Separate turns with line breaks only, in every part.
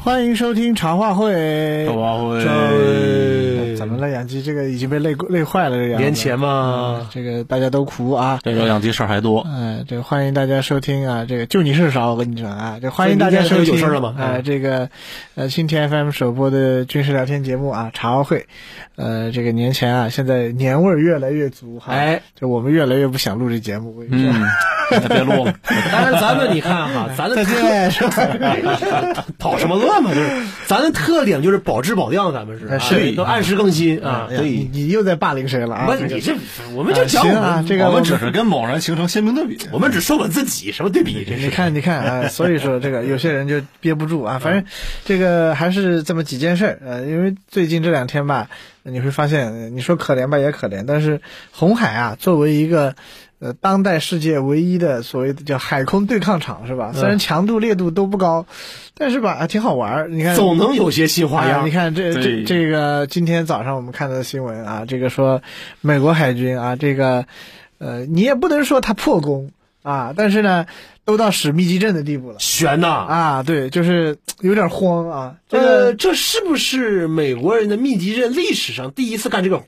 欢迎收听茶话会。哎
茶话会
这怎么了，养鸡？这个已经被累累坏了，这个样子啊
年前嘛，
这个大家都哭啊。
这个养鸡事儿还多。
哎，这个欢迎大家收听啊！这个就你事儿少，我跟你说啊，这欢迎大家收
所以你
听
今天有事儿了吗
哎，
嗯
这个呃，新天 FM 首播的军事聊天节目啊，茶话会。呃，这个年前啊，现在年味儿越来越足哈。，
哎，
就我们越来越不想录这节目。我跟你说
嗯，那别录了，
当然咱们你看哈，
嗯
咱
再
的
见，是 吧？
讨什么乐嘛，就是咱的特点就是保质保量，咱们是
哎是
哎都按时更新啊
哎。呀 你你又在霸凌谁了啊？
不
这
是
个
你这，我们就讲
啊
我
行啊
们
这个
我
我们
们只是跟某人形成鲜明对比。
我们只说我自己，什么对比？真
哎你
是嗯
看，你看啊，所以说这个有些人就憋不住啊。反正这个还是这么几件事儿，呃，因为最近这两天吧，你会发现，呃你说可怜吧也可怜，但是红海啊，作为一个呃当代世界唯一的所谓的叫海空对抗场是
嗯
吧？虽然强度烈度都不高，但是吧啊挺好玩儿。你看，
总能有些新花
啊
样
你。看这这
对
这个今天早上我们看到的新闻啊，这个说美国海军啊，这个呃，你也不能说他破功啊，但是呢，都到使密集阵的地步了
悬呐！
啊，对，就是有点慌啊。这
呃，
个
这是不是美国人的密集阵历史上第一次干这个活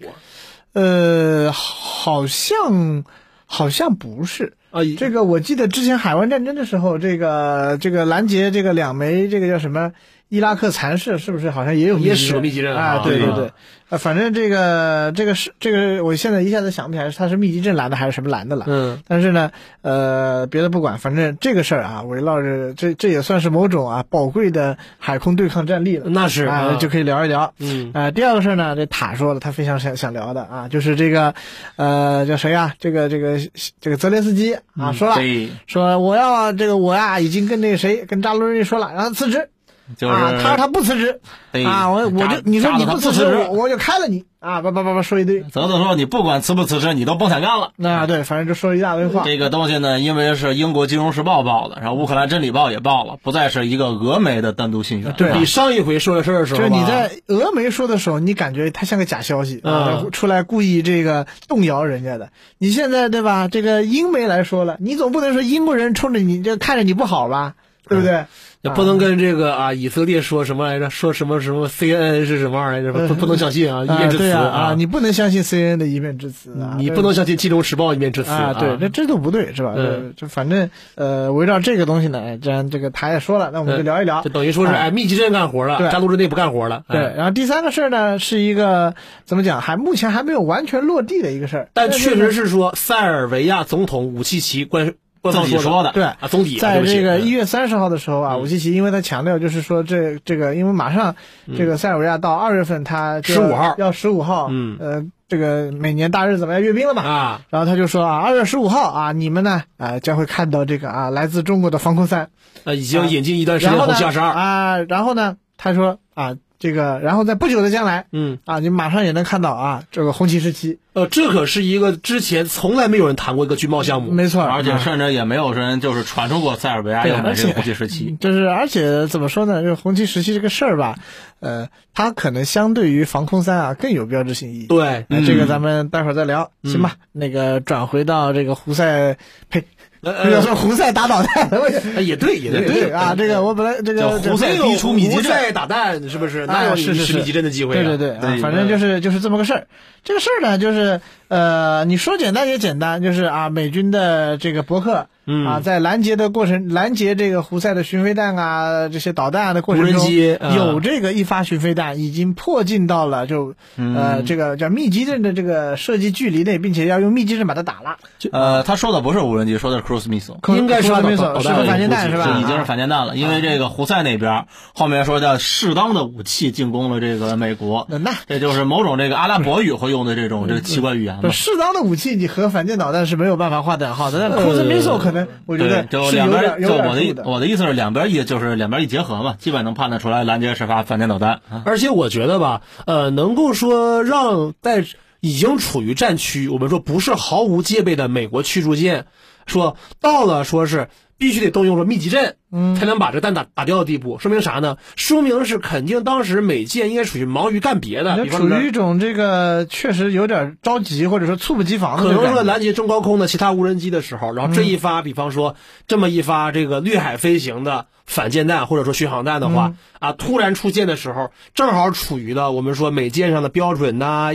呃，好像好像不是。
啊？
这个我记得之前海湾战争的时候，这个这个拦截这个两枚这个叫什么伊拉克蚕室，是不是好像也有
也使过密集阵
啊？
啊
对对
啊
对，啊，反正这个这个是这个，我现在一下子想不起来是他是密集阵拦的还是什么拦的了。
嗯，
但是呢，呃，别的不管，反正这个事儿啊，围绕着这这也算是某种啊宝贵的海空对抗战力了。
那是
啊，就可以聊一聊。
嗯
呃，第二个事儿呢，这塔说了，他非常想想聊的啊，就是这个，呃，叫谁啊？这个这个这个泽连斯基啊，说了，
嗯对，
说我要这个我呀、已经跟那个谁跟扎卢日说了，让他辞职、
就是
啊，他说他不辞职
对
啊，我我
扎
就你说
扎
你
得他
不
不
辞
辞
职，
职嗯
我我就开了你啊，叭叭叭叭说一堆，
泽泽说你不管辞不辞职，你都甭想干了。
那、对，反正就说一大堆话。
这个东西呢，因为是英国《金融时报》报的，然后乌克兰《真理报》也报了，不再是一个俄媒的单独信源。
对啊
比上一回说的事儿的时
就
候吧，
是你在峨眉说的时候，你感觉他像个假消息啊，
嗯
出来故意这个动摇人家的。你现在对吧？这个英媒来说了，你总不能说英国人冲着你这看着你不好吧？对不对？
也不能跟这个啊以色列说什么来着？说什么什么 CNN 是什么玩意儿来着？不不能相信啊！一
呃啊，
面之
对
词
啊啊，你不能相信 CNN 的一面之词啊，
你
对
不能相信《金融时报》一面之词
啊，对，这这都不对是吧？
嗯
就就反正呃，围绕这个东西呢，既然这个他也说了，那我们
嗯
就聊一聊
就。等于说是
啊
哎，密集阵干活了
对，
扎卢日内不干活了。哎
对，，然后第三个事儿呢，是一个怎么讲，还目前还没有完全落地的一个事儿，
但
是
确实是说塞尔维亚总统武契奇官官
自
方
己
说
说
的
的，
对
啊，总体
在这个一
月
月三十号的时候啊，
嗯
武契奇因为他强调就是说这这个，因为马上这个塞尔维亚到二月份他就要
15号
要十五号，
嗯
呃，这个每年大日子嘛要阅兵了嘛。
啊，
然后他就说啊，二月十五号啊，你们呢啊将会看到这个啊来自中国的防空伞，
呃，已经引进一段时
啊然
间
后
红
呢
旗二十二，
啊，然后呢他说啊这个，然后在不久的将来
嗯，
啊，你马上也能看到啊这个红旗时期，
呃，这可是一个之前从来没有人谈过一个军贸项目，
没错，
而且
啊
甚至也没有人就是传出过塞尔维亚
对
要
而
买这个
且
国际时期。
就是，而且怎么说呢？就是红旗时期这个事儿吧，呃，它可能相对于防空三啊更有标志性意义。
对，
哎
嗯
这个咱们待会儿再聊，行吧？那个转回到这个胡塞，呸，
呃
不要
呃
说胡塞打导弹，我也
哎，也对，
也
也对
对啊，这个我本来这
叫
个
胡塞
这
没有
逼出米
胡
吉阵
塞打蛋是不哎是？哪有
啊是
你
是
是
是
米吉阵的机会啊？
对对对，啊
对
反正就是就是这么个事儿。这个事儿呢，就是呃，你说简单也简单，就是啊，美军的这个伯克
嗯
啊，在拦截的过程，拦截这个胡塞的巡飞弹啊，这些导弹啊的过程中，
无人机啊
有这个一发巡飞弹已经迫近到了就呃这个叫密集阵的这个射击距离内，并且要用密集阵把它打了，
呃，他说的不是无人机，说的是 cruise missile。
应该是
说没
导
错，
导
是
导弹
个反舰
武
弹
器
是
这
吧？啊
已经是反舰弹了，因为这个胡塞那边后面说叫适当的武器进攻了这个美国，
啊那那
这就是某种这个阿拉伯语会用的这种这个奇怪语言
不
嘛。
适当的武器，你和反舰导弹是没有办法划等号的。但 cruise missile 可能，我觉
对
得，
就是两
有
边
点
就
有点
我
数
的
的。
我的意思是两边一就是两边一结合嘛，基本能判断出来拦截是发反舰导弹啊。
而且我觉得吧，呃，能够说让在已经处于战区，我们说不是毫无戒备的美国驱逐舰，说到了说是必须得动用了密集阵才能把这蛋打打掉的地步，说明啥呢？说明是肯定当时美舰应该属于忙于干别的，
就
比方
处
说
于一种这个确实有点着急，或者啊说猝不及防
可
的这种
能
感觉。
说拦截中高空的其他无人机的时候，然后这一发，比方说这么一发这个掠海飞行的反舰弹或者说巡航弹的话，啊，突然出现的时候，正好处于了我们说美舰上的标准呐、ESSM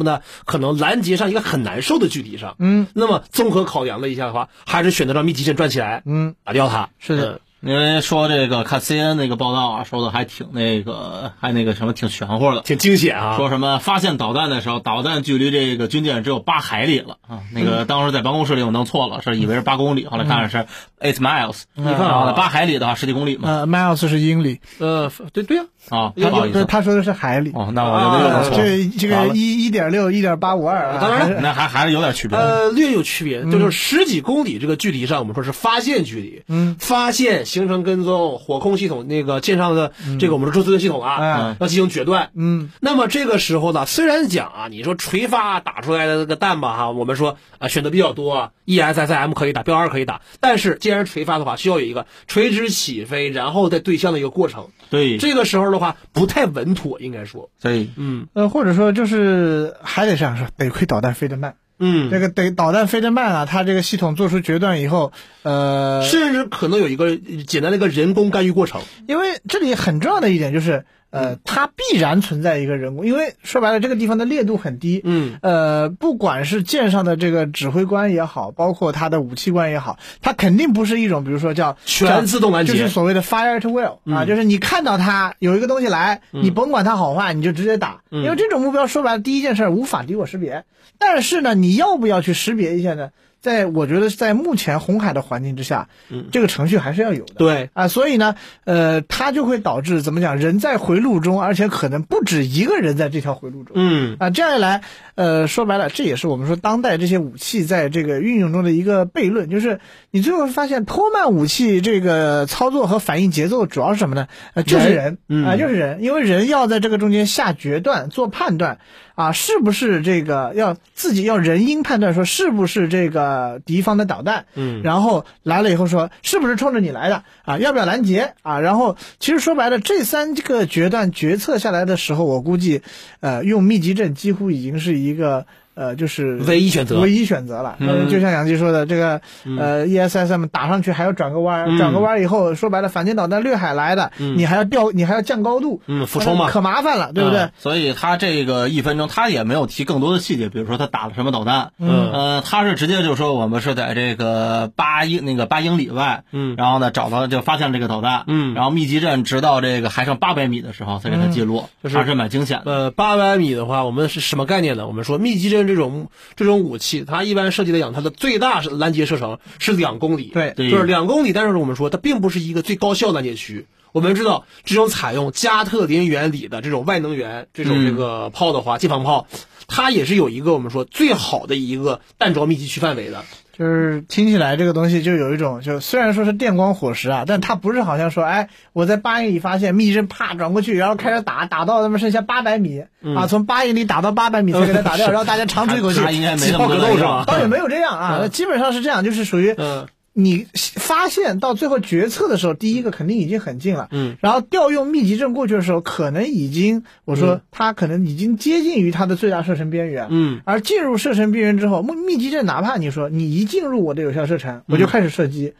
，E 的可能拦截上一个很难受的距离上。
嗯，
那么综合考量了一下的话，还是选择让密集阵转起来，
嗯，
打掉它。
是的
嗯，
因为说这个看 CNN 那个报道啊，说的还挺那个，还那个什么，挺玄乎的。
挺惊险啊。
说什么发现导弹的时候，导弹距离这个军舰只有八海里了啊！那
嗯
个当时在办公室里我弄错了，是以为是八公里，后来看是哎 eight miles。你
看啊
八海里的话十几公里嘛
呃，miles 是英里，
呃，对对呀、
啊，
他
不好意
不是
思
他说的是海里。
哦，那我
啊
就又弄
呃
错了。
这这
完
个
了
一一点六、一点八五二，啊
当然 了
那还还是有点区别的。
呃，略有区别，就是十几公里这个距离上，我们说是发现距离，
嗯，
发现、形成跟踪、火控系统那个舰上的这个我们说追踪系统啊
嗯哎，
要进行决断。
嗯，
那么这个时候呢，虽然讲啊，你说垂发打出来的这个弹吧哈，我们说啊选择比较多啊，ESSM 可以打，标二可以打，但是既然是垂发的话，需要有一个垂直起飞，然后再对向的一个过程。
对
这个时候的话，不太稳妥，应该说，
对，
嗯
呃，或者说就是还得这样说，得亏导弹飞得慢，
嗯
这个得导弹飞得慢啊，它这个系统做出决断以后，呃，
甚至可能有一个简单的一个人工干预过程。
因为这里很重要的一点就是，
嗯
呃，它必然存在一个人工，因为说白了这个地方的烈度很低，
嗯，
呃，不管是舰上的这个指挥官也好，包括他的武器官也好，它肯定不是一种比如说叫
全自动拦截
就是所谓的 fire at will、啊，就是你看到它有一个东西来，你甭管它好坏，你就直接打，因为这种目标说白了，第一件事儿无法敌我识别，但是呢，你要不要去识别一下呢？在我觉得，在目前红海的环境之下，这个程序还是要有的。
对，
啊，所以呢，呃，它就会导致怎么讲，人在回路中，而且可能不止一个人在这条回路中。
嗯。
啊，这样一来，呃，说白了，这也是我们说当代这些武器在这个运用中的一个悖论，就是你最后会发现，拖慢武器这个操作和反应节奏主要是什么呢？呃，就是
人
人
嗯
啊、就是人，因为人要在这个中间下决断、做判断啊，是不是这个要自己要人因判断说是不是这个敌方的导弹，
嗯
然后来了以后说是不是冲着你来的啊？要不要拦截啊？然后其实说白了，这三个决断决策下来的时候，我估计，呃，用密集阵几乎已经是一个呃，就是
唯一选择嗯
唯一选择了。
嗯
呃就像杨基说的，这个呃，ESSM 打上去还要转个弯儿，转个弯儿以后，说白了，反舰导弹掠海来的，你还要掉，你还要降高度，
嗯俯冲嘛
可麻烦了，对不对？
嗯所以他这个一分钟，他也没有提更多的细节，比如说他打了什么导弹。
嗯
呃，他是直接就说我们是在这个八英那个八英里外，
嗯
然后呢找到就发现了这个导弹，
嗯
然后密集阵直到这个还剩八百米的时候才给他记录，
就是
还是蛮惊险的。
呃，八百米的话，我们是什么概念呢？我们说密集阵这种这种武器，它一般设计来讲，它的最大是拦截射程是两公里，
对
对
就是两公里。但是我们说，它并不是一个最高效拦截区。我们知道，这种采用加特林原理的这种外能源这
嗯
种这个炮的话，机防炮，它也是有一个我们说最好的一个弹着密集区范围的。
就是听起来这个东西就有一种，就虽然说是电光火石啊，但它不是好像说，哎，我在八英里发现密阵，啪转过去，然后开始打，打到他们剩下八百米、啊，从八英里打到八百米才给它打掉，然后大家长出一口气
他。应 该没那么多
起泡格斗是吧
吧？
倒也没有这样啊，
嗯
基本上是这样，就是属于
嗯
你发现到最后决策的时候，第一个肯定已经很近了，
嗯，
然后调用密集阵过去的时候，可能已经我说它可能已经接近于它的最大射程边缘，
嗯，
而进入射程边缘之后，密密集阵哪怕你说你一进入我的有效射
嗯
程，我就开始射击，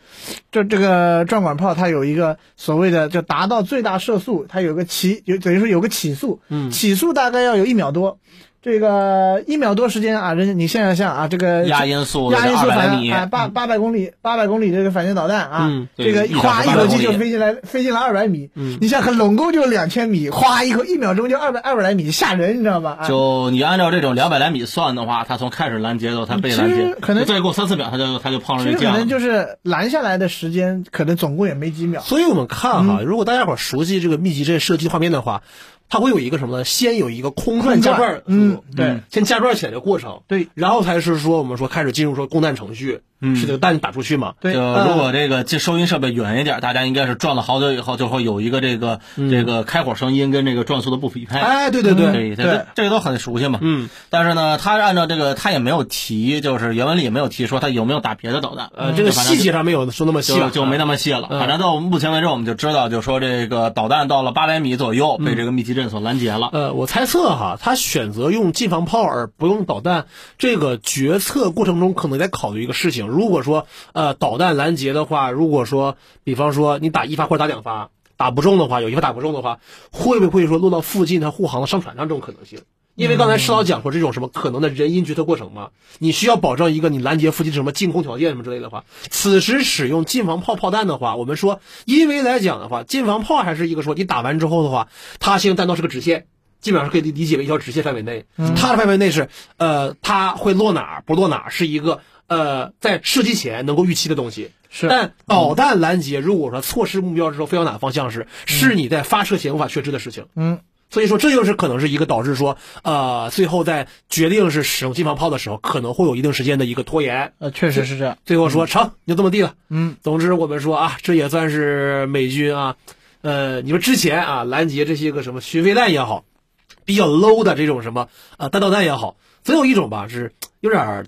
这这个转管炮它有一个所谓的就达到最大射速，它有个起有等于说有个起速，
嗯
起速大概要有一秒多。这个一秒多时间啊，人家你想想像啊，这个
压音速
压音速
200
反
米嗯
哎八八百公里八百公里这个反舰导弹啊，
嗯
对
这个
一
哗
小
一口
时
气
800
就
公里嗯
飞进来飞进来二百米，你像很拢共就两千米，哗一口一秒钟就二百二百来米，吓人你知道吧？啊，
就你按照这种两百来米算的话，他从开始拦截到他被拦
其
截
实，可能
再过三四秒他就他就碰上
其实
这
可
架了
能。就是拦下来的时间，可能总共也没几秒。
嗯
所以我们看哈，如果大家伙儿熟悉这个密集阵射击画面的话，它会有一个什么呢？先有一个空转加转的速度，
嗯对，
先加转起来的过程，
对，
然后才是说我们说开始进入说供弹程序，
嗯
是这个弹打出去嘛，
对
就如果这个这收音设备远一点，大家应该是转了好久以后，就会有一个这个、这个开火声音跟这个转速的不匹配。
哎，对对对，
对，这这这个都很熟悉嘛。
嗯，
但是呢，他按照这个，他也没有提，就是原文里也没有提说他有没有打别的导弹。嗯
呃，这个
反正
细节上没有说那么细啊
就
了，嗯
就没那么细了。反正到目前为止，我们就知道，就说这个导弹到了八百米左
嗯
右，被这个密集阵所拦截了。
呃，我猜测哈，他选择用近防炮而不用导弹，这个决策过程中可能在考虑一个事情。如果说呃导弹拦截的话，如果说比方说你打一发或者打两发打不中的话，有一发打不中的话，会不会说落到附近它护航的商船上这种可能性？因为刚才石老讲说这种什么可能的人因决策过程嘛，你需要保证一个你拦截附近什么进攻条件什么之类的话，此时使用近防炮炮弹的话，我们说，因为来讲的话，近防炮还是一个说你打完之后的话，它先弹道是个直线，基本上是可以理解为一条直线范围内。它的范围内是，呃，它会落哪儿不落哪儿，是一个呃在射击前能够预期的东西。
是
但导弹拦截，如果说错失目标之后飞往哪个方向是，是你在发射前无法确知的事情。
嗯，
所以说这就是可能是一个导致说，呃，最后在决定是使用近防炮的时候，可能会有一定时间的一个拖延。
呃，确实是这样。
最后说成，你就这么地了。
嗯，
总之我们说啊，这也算是美军啊，呃，你说之前啊拦截这些个什么巡飞弹也好，比较 low 的这种什么啊弹道弹也好，总有一种吧是有点儿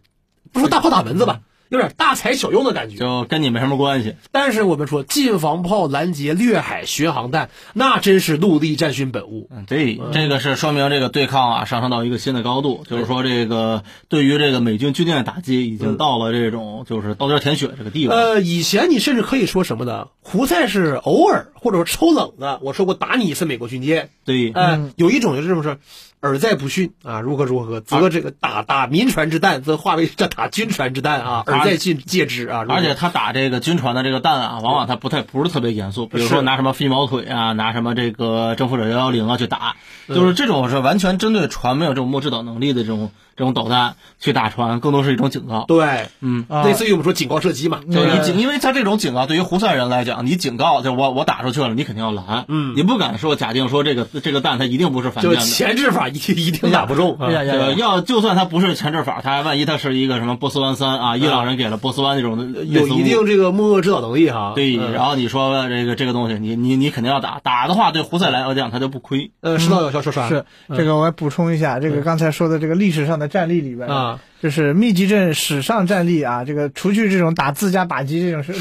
不说大炮打蚊子吧，有点大材小用的感觉。
就跟你没什么关系，
但是我们说近防炮拦截掠海巡航弹，那真是陆地战训本物。
嗯，对，这个是说明这个对抗啊上升到一个新的高度，就是说这个对于这个美军军舰的打击已经到了这种就是刀尖舔血这个地步。
嗯呃，以前你甚至可以说什么呢？胡塞是偶尔或者说抽冷的，我说过打你一次美国军舰，
对，
呃，有一种就是这么说，尔在不逊啊，如何如何，则这个打打民船之弹，则化为这打军船之弹啊，
而
尔在尽戒之啊，如何
嗯而且他打这个军船的这个弹啊，往往他不太不是特别严肃，比如说
是
拿什么飞毛腿啊，拿什么这个征服者幺幺零啊去打，就是这种是完全针对船没有这种末制导能力的这种这种导弹去打船，更多是一种警告。
对，
嗯，
啊
类似于我们说警告射击嘛，
就
对
是你警，因为他这种警告对于胡塞人来讲，你警告就是我我打出去了，你肯定要拦，嗯，你不敢说假定说这个这个弹它一定不是反舰
就
的。
前置法一一定打不中，啊
哎呀呀
对吧
呀！
要就算它不是前置法，它万一它是一个什么波斯湾三啊，伊朗人给了波斯湾那种的类
有
似物
一定这个幕后指导能力哈。
对，
嗯
然后你说这个这个东西，你你你肯定要打，打的话对胡塞来讲他就不亏。
呃，石导有要说啥？
是这个，我来补充一下，这个刚才说的这个历史上的战例里边，
啊，
就是密集阵史上战例啊，这个除去这种打自家靶机这种事、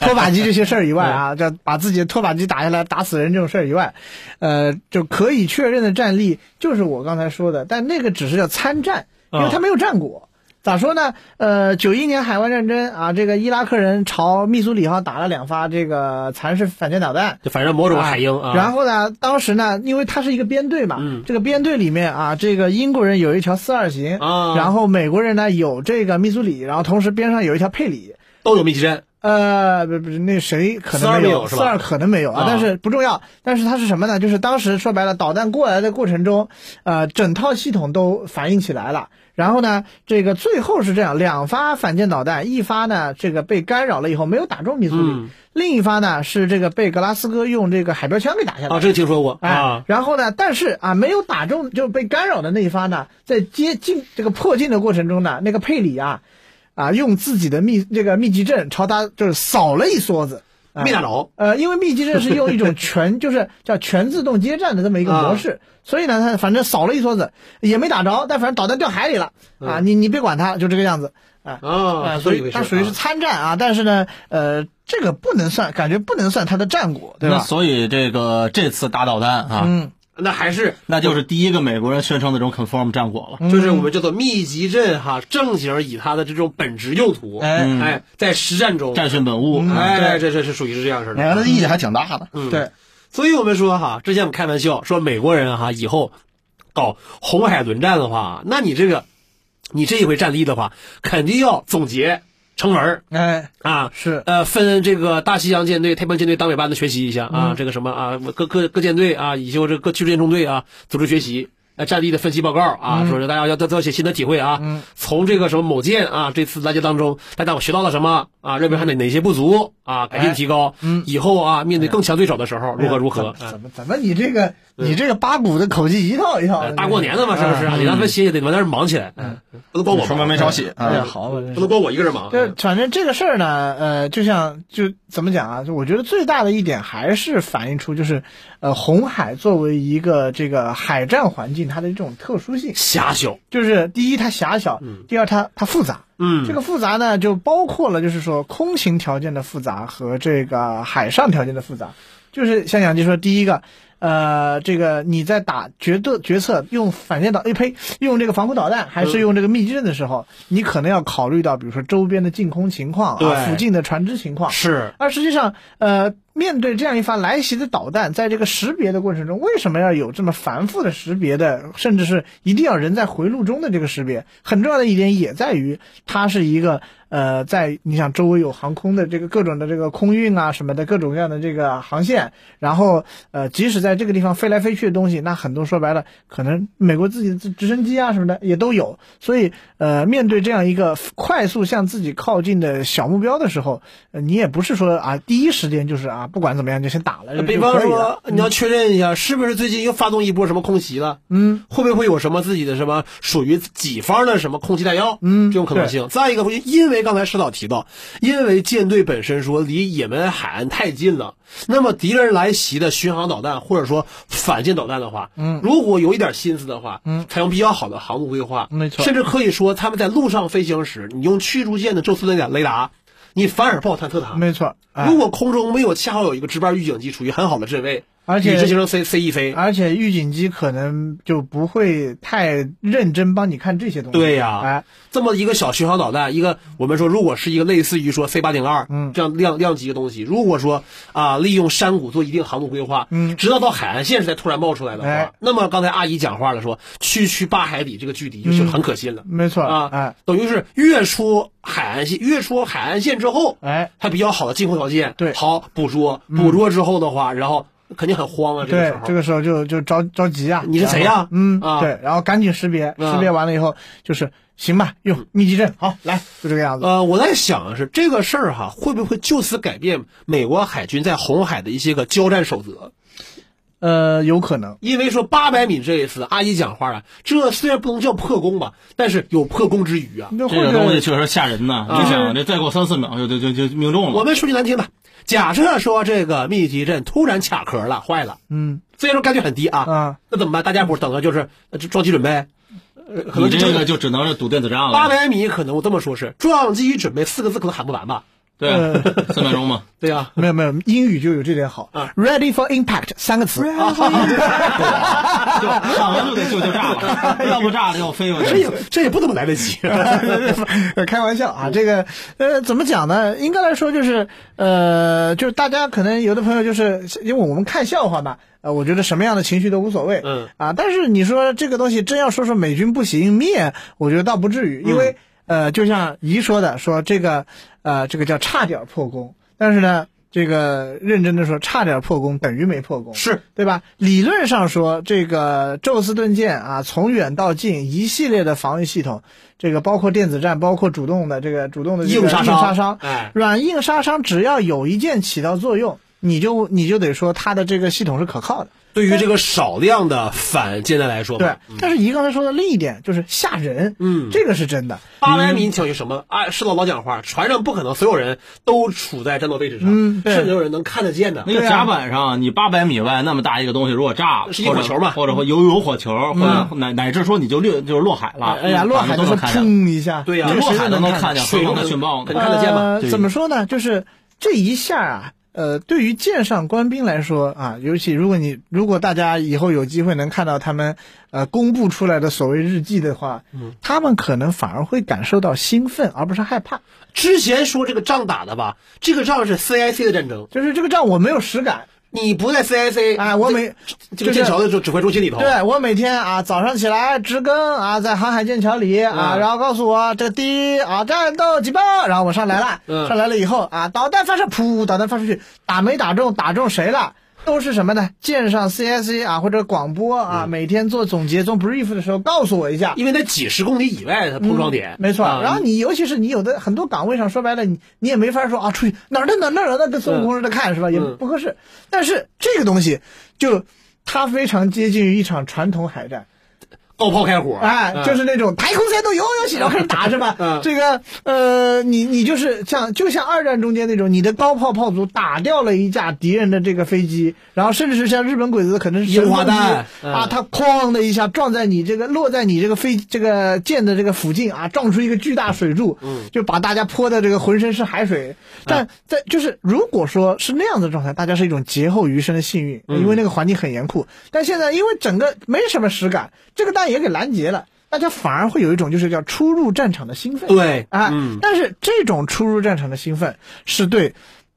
拖靶机这些事儿以外啊，这把自己的拖靶机打下来打死人这种事儿以外，呃，就可以确认的战例就是我刚才说的，但那个只是叫参战，
啊
因为他没有战果。咋说呢？呃，九一年海湾战争啊，这个伊拉克人朝密苏里号打了两发这个残式反舰导弹，
就反正某种海鹰啊，
然后呢，当时呢，因为它是一个编队嘛，
嗯
这个编队里面啊，这个英国人有一条四二型，
啊
然后美国人呢有这个密苏里，然后同时边上有一条佩里。
都有密集针，
呃，不不，那谁可
42
能
没
没
有
有，
是
四
吧
二可能没有啊
啊，
但是不重要。但是它是什么呢？就是当时说白了，导弹过来的过程中，呃，整套系统都反应起来了。然后呢，这个最后是这样，两发反舰导弹，一发呢这个被干扰了以后没有打中密苏里，
嗯
另一发呢是这个被格拉斯哥用这个海标枪给打下来了
啊，这个听说过
哎
啊，，
然后呢，但是啊，没有打中就被干扰的那一方呢，在接近这个迫近的过程中呢，那个佩里啊，啊，用自己的密这个密集阵朝他就是扫了一梭子，啊
没打着，
呃，因为密集阵是用一种全 就是叫全自动接战的这么一个模式，
啊
所以呢，他反正扫了一梭子也没打着，但反正导弹掉海里了啊，你你别管它，就这个样子啊。
嗯啊，
啊，所
这么
以
一回事
它属于是
啊
参战啊，但是呢，呃，这个不能算，感觉不能算他的战果，对
那
吧？
所以这个这次打导弹啊，
嗯，
那还是
那就是第一个美国人宣称的这种 confirm 战果
嗯
了。
就是我们叫做密集阵哈，正形以它的这种本质用途，
哎嗯
嗯
哎，在实战中，
战训本物，啊
哎，这这是属于是这样式
哎
的。
看他意义还挺大的。
嗯，
对。
所以我们说哈，之前我们开玩笑说美国人哈以后搞红海轮战的话，那你这个你这一回战例的话，肯定要总结成文儿
哎，
啊。
是。
呃，分这个大西洋舰队、太平洋舰队、当北嗯班的学习一下啊，这个什么啊，各各各舰队啊，以及这各驱逐舰中队啊，组织学习。呃战力的分析报告啊，说是大家要要要写新的体会啊，
嗯
从这个什么某舰啊这次大家当中，大家我学到了什么啊，认为还得哪些不足啊，改进提高，
嗯
以后啊面对更强对手的时候如何如何。啊
哎怎么怎么你这个你这个八股的口技一套一套
哎
的，
大过年的嘛，是不是啊？你让他们歇也得往那儿忙起来，嗯，不能光我
什么
忙，
没少写
嗯
哎呀，
啊。
好吧，真
不
是
能。光我一个人忙。嗯
这反正这个事儿呢，呃，就像就怎么讲啊？就我觉得最大的一点还是反映出就是，呃，红海作为一个这个海战环境它的这种特殊性，
瞎修，
就是第一它狭小，第二它它复杂。
嗯，
这个复杂呢，就包括了就是说空情条件的复杂和这个海上条件的复杂。就是像杨基说，第一个，呃，这个你在打决斗决策用反舰导，哎呸，用这个防空导弹
嗯
还是用这个密集阵的时候，你可能要考虑到，比如说周边的净空情况啊，
对
附近的船只情况。
是
而实际上，呃，面对这样一发来袭的导弹，在这个识别的过程中，为什么要有这么繁复的识别的，甚至是一定要人在回路中的这个识别？很重要的一点也在于，它是一个呃，在你想周围有航空的这个各种的这个空运啊什么的各种各样的这个航线，然后呃，即使在这个地方飞来飞去的东西，那很多说白了，可能美国自己的直直升机啊什么的也都有，所以呃，面对这样一个快速向自己靠近的小目标的时候，呃你也不是说啊第一时间就是啊不管怎么样就先打了，
呃比
就
方
可以了
说，你要确认一下，是不是最近又发动一波什么空袭了？
嗯，
会不会有什么自己的什么属于己方的什么空袭弹药？
嗯
这种可能性。再一个，因为刚才石导提到，因为舰队本身说离也门海岸太近了，那么敌人来袭的巡航导弹或者说反舰导弹的话，嗯，如果有一点心思的话，嗯，采用比较好的航路规划，
嗯没错
甚至可以说他们在路上飞行时，你用驱逐舰的宙斯雷达雷达，你反而炮探测塔。
没错，哎
如果空中没有恰好有一个值班预警机处于很好的阵位，
而且哎
你执行成 C C E 飞，
而且预警机可能就不会太认真帮你看这些东西，
对呀
哎，
这么一个小巡航导弹，一个我们说如果是一个类似于说 C 八点二，
嗯
这样量量级的东西，如果说啊利用山谷做一定航路规划，
嗯
直到到海岸线时才突然冒出来的话，
哎
那么刚才阿姨讲话了说，区区八海里这个距离就是很可信了、
没错，
啊，
哎
等于是越出海岸线，越出海岸线之后，
哎。
它比较好的进攻条件，
对嗯
好捕捉，捕捉之后的话，然后肯定很慌啊，这个时
对
候，，
这个时候就就着着急啊！
你是谁呀
然后嗯，
啊
对，然后赶紧识别，
啊
识别完了以后就是行吧，
嗯
用密集阵，好，来，就这个样子。
呃，我在想的是这个事儿哈，会不会就此改变美国海军在红海的一些个交战守则？
呃，有可能，
因为说八百米这一次，阿姨讲话啊，这虽然不能叫破功吧，但是有破功之余啊。
那或
这个东西
者
确实吓人呐！你想，这再过三四秒就就就就命中
我
了。
们说句难听的，假设说这个密集阵突然卡壳了，坏了，
嗯
虽然说概率很低啊，
啊，
那怎么办？大家伙儿等着就是呃就撞击准备，呃可
你
能就
这
这
个就只能是赌电子炸了，
八百米，可能我这么说是撞击准备四个字可能喊不完吧？
对
呃，
三秒钟嘛。
对 啊呀、
没有没有，英语就有这点好
啊。
Ready for impact 三个词，
就喊完就得就就炸了，要不炸了要飞过
这
去
也。这也不怎么来得及。
开玩笑啊，这个呃，怎么讲呢？应该来说就是呃，就是大家可能有的朋友就是因为我们看笑话嘛，呃，我觉得什么样的情绪都无所谓，
嗯
啊，但是你说这个东西真要说说美军不行灭，我觉得倒不至于，因为、呃，就像姨说的，说这个呃，这个叫差点破功，但是呢，这个认真的说，差点破功等于没破功，
是，
对吧？理论上说，这个宙斯盾舰啊，从远到近一系列的防御系统，这个包括电子战，包括主动的这个主动的这个
硬杀伤
硬杀伤
哎
软硬杀伤，只要有一件起到作用，你就你就得说它的这个系统是可靠的。
嗯
对于这个少量的反舰弹来说吧，
对，但是姨刚才说的另一点就是吓人，
嗯
这个是真的。
八百米你等于什么？啊，石老老讲话，船上不可能所有人都处在战斗位置上，
嗯对
甚至有人能看得见的
那。个甲板上，你八百米外那么大一个东西，如果炸了，
啊是一火球嘛嗯
或者或者游游火球，或者乃乃至说你就掠就是落海了，嗯
哎呀，落海
啊都
的时候
能看见，
砰一下，
对呀、
连落海都能看见，
水
何
中
况它殉爆呢？
看得见吗
呃
对
怎么说呢？就是这一下啊，呃，对于舰上官兵来说啊，尤其如果你如果大家以后有机会能看到他们呃公布出来的所谓日记的话，
嗯
他们可能反而会感受到兴奋，而不是害怕。
之前说这个仗打的吧，这个仗是 CIC 的战争，
就是这个仗我没有实感，
你不在 CIC，
哎我没
这这个剑桥的指指挥中心里头，
对我每天啊早上起来直更啊，在航海剑桥里啊，
嗯
然后告诉我这个第一啊战斗几报，然后我上来了，
嗯
上来了以后啊，导弹发射，噗，导弹发出去，打没打中，打中谁了？都是什么呢？舰上 CSA 啊，或者广播
嗯
啊，每天做总结、做 brief 的时候告诉我一下。
因为那几十公里以外的碰撞点，
嗯没错，
啊
然后你尤其是你有的很多岗位上，说白了，你你也没法说啊，出去哪儿的哪儿哪儿的，那跟孙悟空似的看是吧？也
嗯
不合适。但是这个东西，就它非常接近于一场传统海战，
高炮开火，
哎，
嗯
就是那种排空战斗，游游戏，然后开始打是吧？
嗯
这个呃，你你就是像就像二战中间那种，你的高炮炮组打掉了一架敌人的这个飞机，然后甚至是像日本鬼子可能是
烟
神风
花
机
弹嗯
啊，它哐的一下撞在你这个落在你这个飞这个舰的这个附近啊，撞出一个巨大水柱，
嗯
就把大家泼的这个浑身是海水。但在就是如果说是那样的状态，大家是一种劫后余生的幸运，
嗯
因为那个环境很严酷。但现在因为整个没什么实感，这个弹也给拦截了。大家反而会有一种就是叫初入战场的兴奋，
对
啊，
嗯
但是这种初入战场的兴奋是对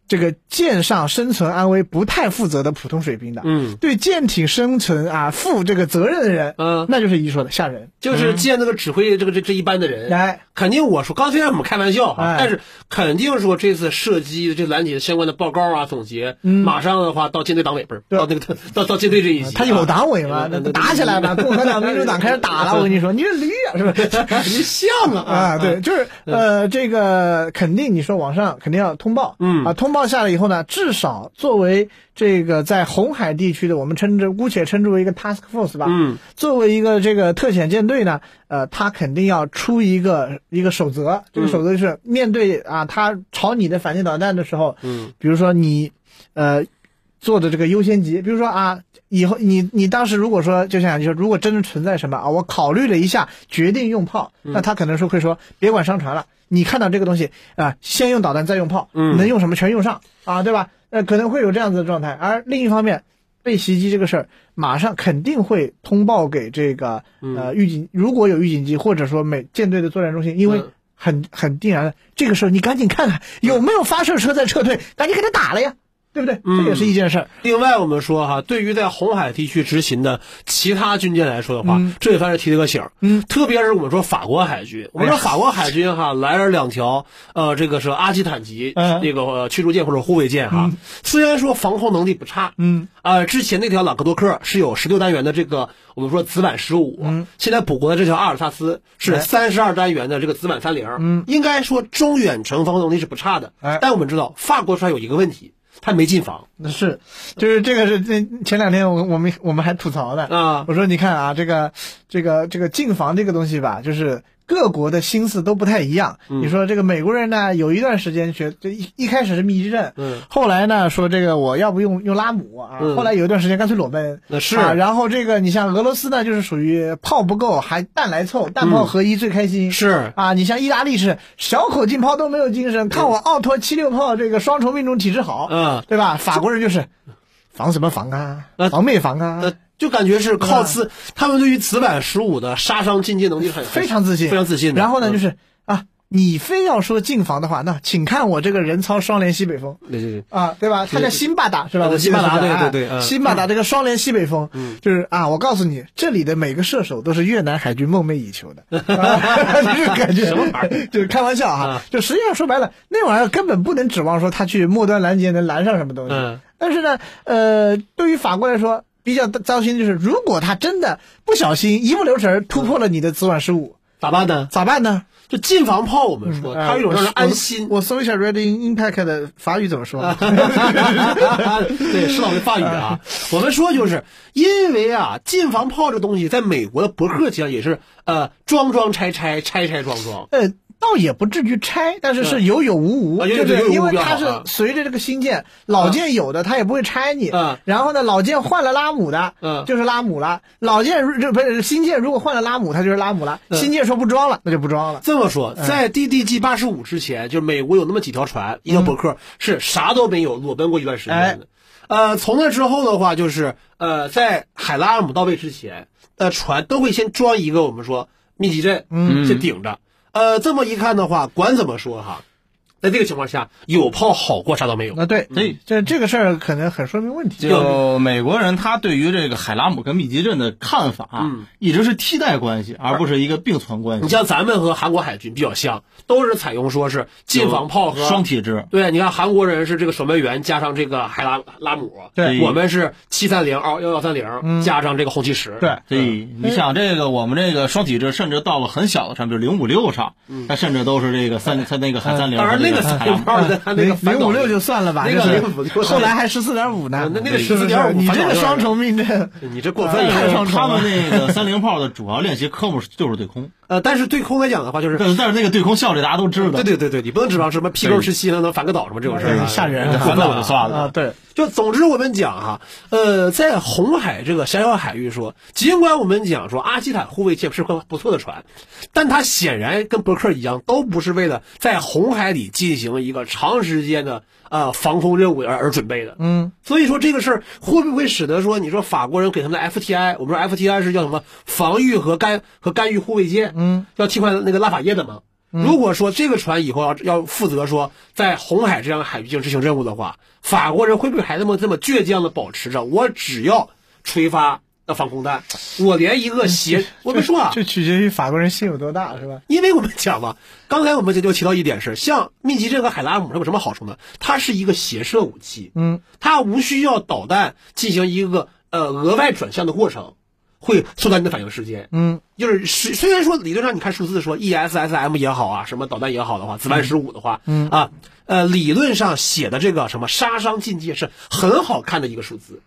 这个舰上生存安危不太负责的普通水兵的，
嗯
对舰艇生存啊负这个责任的人，
嗯，
那就是一说的吓人，哎
就是见那个指挥这个这这一班的人，
来，
肯定我说，刚虽然我们开玩笑哈、
哎
但是肯定说这次射击这拦截相关的报告啊、总结，
嗯
马上的话到舰队党尾边儿，
对
到那个 到到舰队这一级、
他有 党委嘛，那
嗯
打起 来吧，共和党、民主党开始打了，我跟你说，你是驴啊，是不是？
啊，你像啊
啊，对，，就是
嗯
呃，这个肯定你说往上肯定要通报，
嗯
啊，通报下来以后呢，至少作为这个在红海地区的，我们称之姑且称之为一个 task force 吧，
嗯，
作为一个这个特遣舰队呢，呃，他肯定要出一个一个守则，这
嗯
个守则就是面对啊，他朝你的反舰导弹的时候，
嗯，
比如说你，呃，做的这个优先级，比如说啊，以后你你当时如果说就像你说，如果真的存在什么啊，我考虑了一下，决定用炮，
嗯
那他可能说会说别管商船了，你看到这个东西啊、先用导弹再用炮，
嗯
能用什么全用上啊，对吧？呃，可能会有这样子的状态。而另一方面，被袭击这个事儿，马上肯定会通报给这个
嗯
呃预警，如果有预警机或者说美舰队的作战中心，因为
嗯
很很定然的，这个时候你赶紧看看有没有发射车在撤退，赶紧给他打了呀，对不对？
嗯
这也是一件事儿。
另外，我们说哈，对于在红海地区执勤的其他军舰来说的话，
嗯
这也算是提了个醒儿。
嗯哎
特别是我们说法国海军，我们说法国海军哈，来了两条，呃，这个是阿基坦级
嗯
那个呃驱逐舰或者护卫舰哈，虽然说防空能力不差，
嗯，
啊，之前那条朗格多克是有十六单元的这个我们说子板十五，
嗯，
现在补国的这条阿尔萨斯是
哎
三十二单元的这个子板三零，
嗯，
应该说中远程防空能力是不差的，
哎
但我们知道法国船有一个问题，它没进防
嗯是，就是这个是那前两天我我们我们还吐槽呢，
啊，
我说你看啊，这个这个这个进防这个东西吧，就是各国的心思都不太一样。你说这个美国人呢，有一段时间学，就一一开始是密集阵，
嗯，
后来呢说这个我要不用用拉姆啊，
嗯
后来有一段时间干脆裸奔。
那是
啊，然后这个你像俄罗斯呢，就是属于炮不够，还弹来凑，弹炮合一最开心。
嗯是
啊，你像意大利是小口径炮都没有精神，看我奥托七六炮这个双重命中体质好，
嗯
对吧？法国人就是防什么防啊，
呃
防没防啊？
呃，就感觉是
嗯
靠自，他们对于子板十五的杀伤进阶能力是很
非常自信，
非常自信的。嗯
然后呢，就是是啊，你非要说进防的话，那请看我这个人操双联西北风。
对对对，
啊，对吧？他叫辛巴达是吧？
啊
我记得
辛巴达
是这样
对
啊
对对嗯
辛巴达这个双联西北风，就是啊，我告诉你，这里的每个射手都是越南海军梦寐以求 的，啊 就是感觉
什么玩意儿
就是开玩笑哈
啊，
就实际上说白了，那玩意儿根本不能指望说他去末端拦截能拦上什么东西。
嗯
但是呢，呃，对于法国来说，比较糟心就是，如果他真的不小心一不留神突破了你的紫管十五，
咋办呢？
咋办呢？
就进防炮，我
嗯
们说，
哎
它有一种让人安心。
我搜一下 Red Impact 的法语怎么说？
对，施老师法语啊，我们说就是因为啊，近防炮这东西在美国的博客界上也是呃装装拆拆，拆拆装装。
呃，倒也不至于拆，但是是
嗯
有有无无，
啊有有
就
有有
是
无
因为
比较好
它是
啊
随着这个新建，老舰有的它也不会拆你
嗯，
然后呢，老舰换了拉姆的
嗯，
就是拉姆了，老舰如这不是新建，如果换了拉姆，它就是拉姆了，
嗯
新建说不装了，那就不装了。
这么说，在 DDG 八十五之前，就美国有那么几条船，一条博客是啥都没有，裸奔过一段时间的。呃，从那之后的话，就是呃，在海拉尔姆到位之前，呃，船都会先装一个我们说密集阵，
嗯
先顶着。呃，这么一看的话，管怎么说哈，在这个情况下，有炮好过啥都没有。
那啊对，
所
嗯
以
这这个事儿可能很说明问题。
就美国人他对于这个海拉姆跟密集阵的看法、啊
嗯
一直是替代关系，而不是一个并存关
你
系。
像咱们和韩国海军比较像，都是采用说是近防炮和
双体制，
对，你看韩国人是这个守门员加上这个海拉拉姆，
对嗯
我们是七三零二幺幺三零加上这个红旗十，嗯
对
所以你想这个我们这个双体制，甚至到了很小的上，比如零五六上，它甚至都是这个三它那个海三零，
嗯当然那个
个海
彩
拉姆
票的它那个
嗯零
反
零
导
五六就算了吧，
那个
就是
056
后来还十四点五呢
嗯，那那个
是不是
14.5
你
反
这
正
个
就是
双重命阵，
你这过
所
分
以
哎太
了。
双重
他
了
们那个三零炮的主要练习科目是就是对空，
呃，但是对空来讲的话，就是
但是但是那个对空效率大家都知道
对，对对对，你不能指望什么屁沟吃稀能能反个倒什么这种事儿啊，
哎吓人啊
反倒就算
啊
了。
对，
就总之我们讲哈、呃，在红海这个狭小海域说，尽管我们讲说阿基坦护卫舰是艘不错的船，但它显然跟伯克一样，都不是为了在红海里进行一个长时间的呃防空任务而而准备的。
嗯，
所以说这个事儿会不会使得说，你说法国人给他们的 FTI，我们说 FTI 是叫什么防御和干和干预护卫舰，
嗯，
要替换那个拉法叶的吗？如果说这个船以后要要负责说在红海这样的海域进行执行任务的话，法国人会不会还那么这么倔强的保持着？我只要垂发那防空弹，我连一个斜，我们说啊，
这取决于法国人心有多大，是吧？
因为我们讲嘛，刚才我们这就提到一点是，像密集阵和海拉姆它有什么好处呢？它是一个斜射武器，
嗯，
它无需要导弹进行一个呃额外转向的过程，会缩短你的反应时间。
嗯，
就是虽虽然说理论上你看数字说 E ESSM 也好啊，什么导弹也好的话，子弹十五的话，嗯啊，呃，理论上写的这个什么杀伤进界是很好看的一个数字。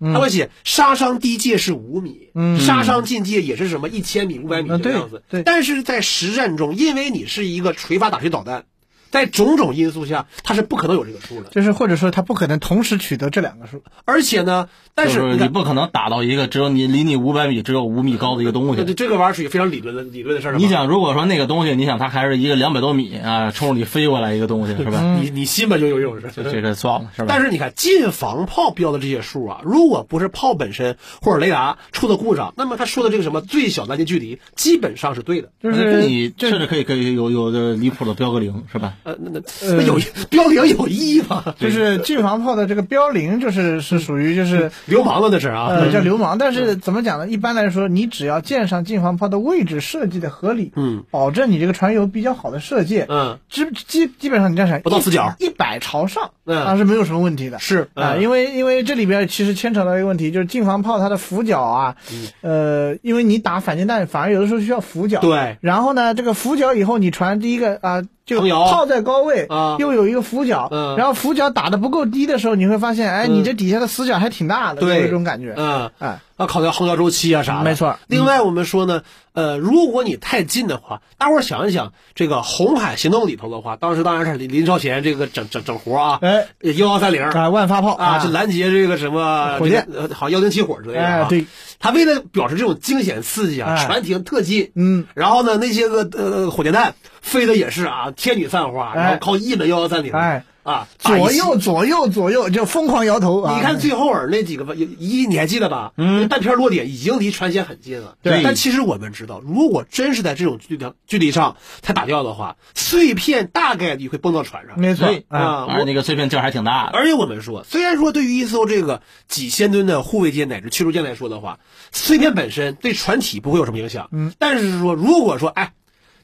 他会写杀伤低界是五米，
嗯
杀伤近界也是什么一千米、五百米这
嗯
个
对
样子。
对
但是在实战中，因为你是一个垂发打锤导弹，在种种因素下，它是不可能有这个数的。
就是或者说他不可能同时取得这两个数，
而且呢，但
就
是
是
你
你
看，
不可能打到一个只有你离你五百米只有五米高的一个东西
这，呃这这个玩意儿属于非常理论的理论的事儿了嘛。
你想，如果说那个东西，你想它还是一个两百多米啊，冲着你飞过来一个东西，是吧？
你你心吧就有这种事
就
儿。
这个算了，是吧？
嗯但是你看，近防炮标的这些数啊，如果不是炮本身或者雷达出的故障，那么他说的这个什么最小拦截距离，基本上是对的。
就
那
是
你
这
甚至可以可以有有的离谱的标个零，是吧？
呃，那那那有标零有意义吗？
就是近防炮的这个标零，就是是属于就是。
流氓了嗯那是啊。
呃，叫流氓，但是怎么讲呢？一般来说，你只要舰上近防炮的位置设计的合理，
嗯，
保证你这个船有比较好的射界，
嗯，
基基基本上你这样想，
不到死角
一百朝上，
嗯
啊是没有什么问题的。
是
啊，
嗯
因为因为这里边其实牵扯到一个问题，就是近防炮它的俯角啊，呃，因为你打反舰弹，反而有的时候需要俯角。。
嗯对，
然后呢，这个俯角以后，你船第一个啊、就
成摇
炮在高位，
啊
又有一个俯角，
嗯
然后俯角打的不够低的时候，你会发现，哎，
嗯
你这底下的死角还挺大的，
对
有一种感觉。
嗯，
哎，
啊，考虑到航校周期啊啥的，
没错嗯
另外我们说呢，呃，如果你太近的话，大伙儿想一想，这个红海行动里头的话，当时当然是林林超贤这个整整整活啊，
哎，
幺幺三零
啊，万发炮
啊，这拦截这个什么
火箭，
这个呃好幺零七火之类的
哎
啊，，
对，
他为了表示这种惊险刺激啊，
哎
船停特近。
嗯，
然后呢，那些个呃火箭弹飞的也是啊，天女散花，然
哎
后靠一门幺幺三零，
哎
啊，打一
左
西
右左右左右就疯狂摇头啊。
你看最后尾那几个吧，一你还记得吧？嗯，弹片落点已经离船舷很近了。
对
但其实我们知道，如果真是在这种距离距离上才打掉的话，碎片大概率会蹦到船上。
没错
所以
啊，
啊
而且那个碎片劲儿还挺大的。
而且我们说，虽然说对于一艘这个几千吨的护卫舰乃至驱逐舰来说的话，碎片本身对船体不会有什么影响。嗯，但是说如果说哎，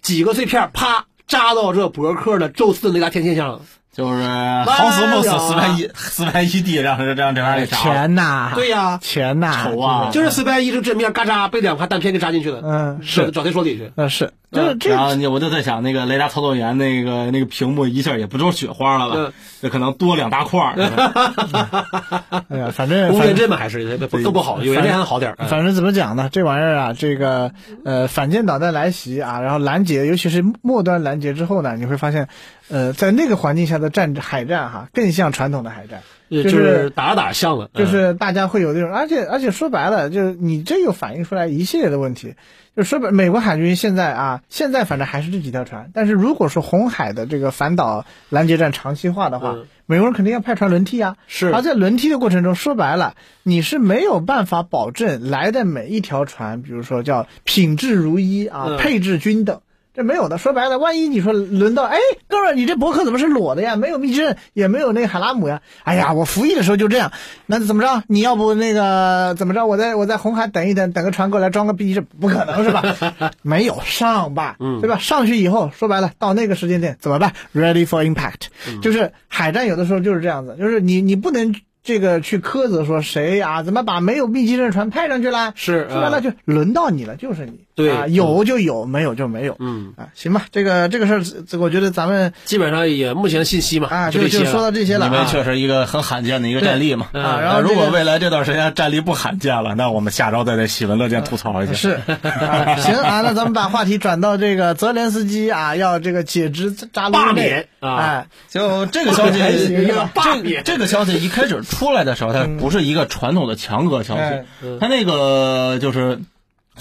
几个碎片啪扎到这伯克的宙斯的雷达天线上了，
就是好死不死，
哎
四百
呀
一四百一 D，让让让这玩意儿给炸了。
钱呐，
哎对呀、
钱呐，
哎丑啊
就是四百一十正面嘎喳被两发弹片给扎进去了。
嗯是
找谁说理去？
那是，就是呃
嗯
这
嗯然后你我就在想，那个雷达操作员那个那个屏幕一下也不成雪花了吧
嗯？
就可能多两大 块儿。是吧
哎呀，反正
乌
反
元
正
镇吧，还是不更不好，有元镇还好点儿。嗯
反正怎么讲呢？这玩意儿啊，这个呃，反舰导弹来袭啊，然后拦截，尤其是末端拦截之后呢，你会发现，呃，在那个环境下的战海战哈，更像传统的海战，
就是是打着打着像了，
就
嗯
是大家会有这种，而且而且说白了，就是你这又反映出来一系列的问题。就说白，美国海军现在啊，现在反正还是这几条船，但是如果说红海的这个反导拦截战长期化的话，
嗯
美国人肯定要派船轮替啊。
是
而在轮替的过程中，说白了，你是没有办法保证来的每一条船，比如说叫品质如一啊，
嗯
配置均等。这没有的。说白了，万一你说轮到，哎，哥们儿，你这博客怎么是裸的呀？没有密制，也没有那个海拉姆呀。哎呀，我服役的时候就这样。那怎么着？你要不那个怎么着？我在我在红海等一等，等个船过来装个逼，这不可能是 吧？没有上吧，
嗯
对吧？上去以后，说白了，到那个时间点怎么办？Ready for impact，、就是
嗯
海战有的时候就是这样子，就是你你不能。这个去苛责说谁啊？怎么把没有密集的船派上去了？
是
说白了
呃
就轮到你了，就是你。
对
啊，有就有，没有就没有。
嗯，
啊，行吧，这个这个事儿这，我觉得咱们
基本上也目前的信息嘛，
啊，
就
就
这些
就说到
了。
这些了
你们
啊。
确实一个很罕见的一个战例嘛。
啊然后
那如果
这个
未来这段时间战力不罕见了，那我们下周再在喜闻乐见吐槽一 下。
是，啊行啊，那咱们把话题转到这个泽连斯基啊，要这个解职扎卢
罢
内
免啊
哎，
就这个消 息，
还行
这
吧
罢免
这个消息一开始出来的时候，它不是一个传统的强哥消息
嗯哎，
它那个就是。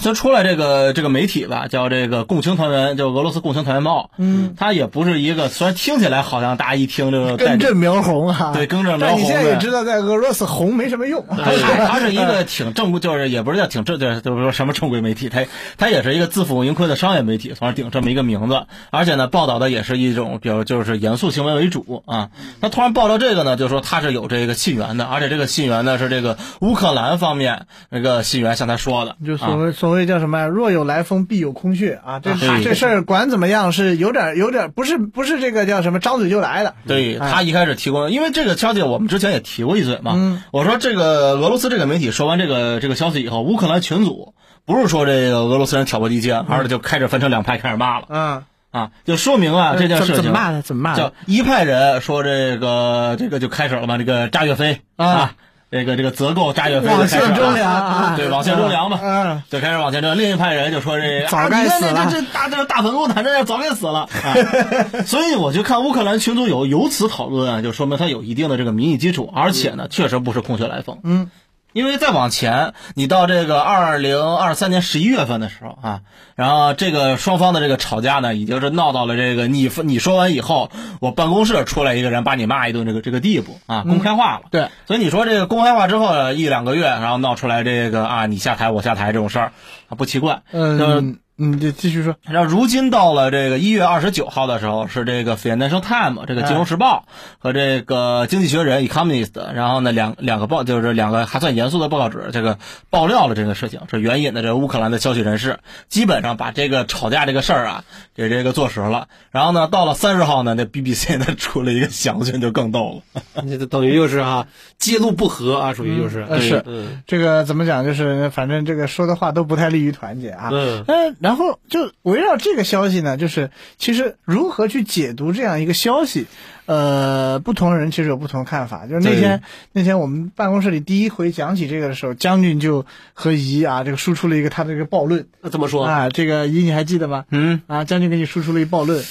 它出来这个这个媒体吧，叫这个共青团员，叫俄罗斯共青团员报，嗯，它也不是一个，虽然听起来好像大家一听这个带
根正苗红啊，
对根正苗
但
红
你现在
呗
也知道，在俄罗斯红没什么用，
它是它是一个挺正规，就是也不是叫挺正，就是就是说什么正规媒体，它它也是一个自负盈亏的商业媒体，从而顶这么一个名字。而且呢，报道的也是一种，比如就是严肃行为为主啊。那突然报道这个呢，就说它是有这个信源的，而且这个信源呢是这个乌克兰方面那个信源向他说的，
就所
啊
谓、所谓叫什么“若有来风，必有空穴”啊，这、
对
这事儿管怎么样是有点有点不是不是这个叫什么张嘴就来的，
对
哎
他一开始提供，因为这个消息我们之前也提过一嘴嘛。
嗯
我说这个俄罗斯这个媒体说完这个这个消息以后，乌克兰群组不是说这个俄罗斯人挑拨离间，而是就开始分成两派开始骂了
嗯，
啊，就说明啊这件
怎么
事
呃怎么
情。
骂的？怎么骂的
叫？一派人说这个这个就开始了嘛，这个炸岳飞
啊
啊，这个这个责购炸岳飞就
网
开始
线
了
中粮啊，
对，网线忠良嘛，
嗯，
就开始往前征。另一派人就说这
早
啊
该
你看
死
这
了
这这大这大反共产这样早该死了。啊、 所以我就看乌克兰群众有由此讨论啊，就说明它有一定的这个民意基础，而且呢，确实不是空穴来风。
嗯。
因为再往前，你到这个二零二三年十一月份的时候啊，然后这个双方的这个吵架呢，已经是闹到了这个你你说完以后，我办公室出来一个人把你骂一顿这个这个地步啊，公开化了。
对，
所以你说这个公开化之后呢一两个月，然后闹出来这个啊你下台我下台这种事儿，啊不奇怪。
嗯，你就继续说，
然后如今到了这个一月二十九号的时候，是这个《Financial Times》这个《金融时报》和这个《经济学人》（Economist），然后呢两两个报就是两个还算严肃的报纸，这个爆料了这个事情，这援引的这乌克兰的消息人士，基本上把这个吵架这个事儿啊给这个坐实了。然后呢，到了三十号呢，那 BBC 呢出了一个详讯，就更逗了。
这等于就是哈、揭露不和啊，属于就是、
呃是
嗯
这个怎么讲？就是反正这个说的话都不太利于团结啊。
嗯
嗯，然后就围绕这个消息呢，就是其实如何去解读这样一个消息，呃，不同人其实有不同看法。就是那天那天我们办公室里第一回讲起这个的时候，将军就和姨啊，这个输出了一个他的这个暴论
那怎么说？
啊，这个姨你还记得吗？
嗯，
啊，将军给你输出了一暴论，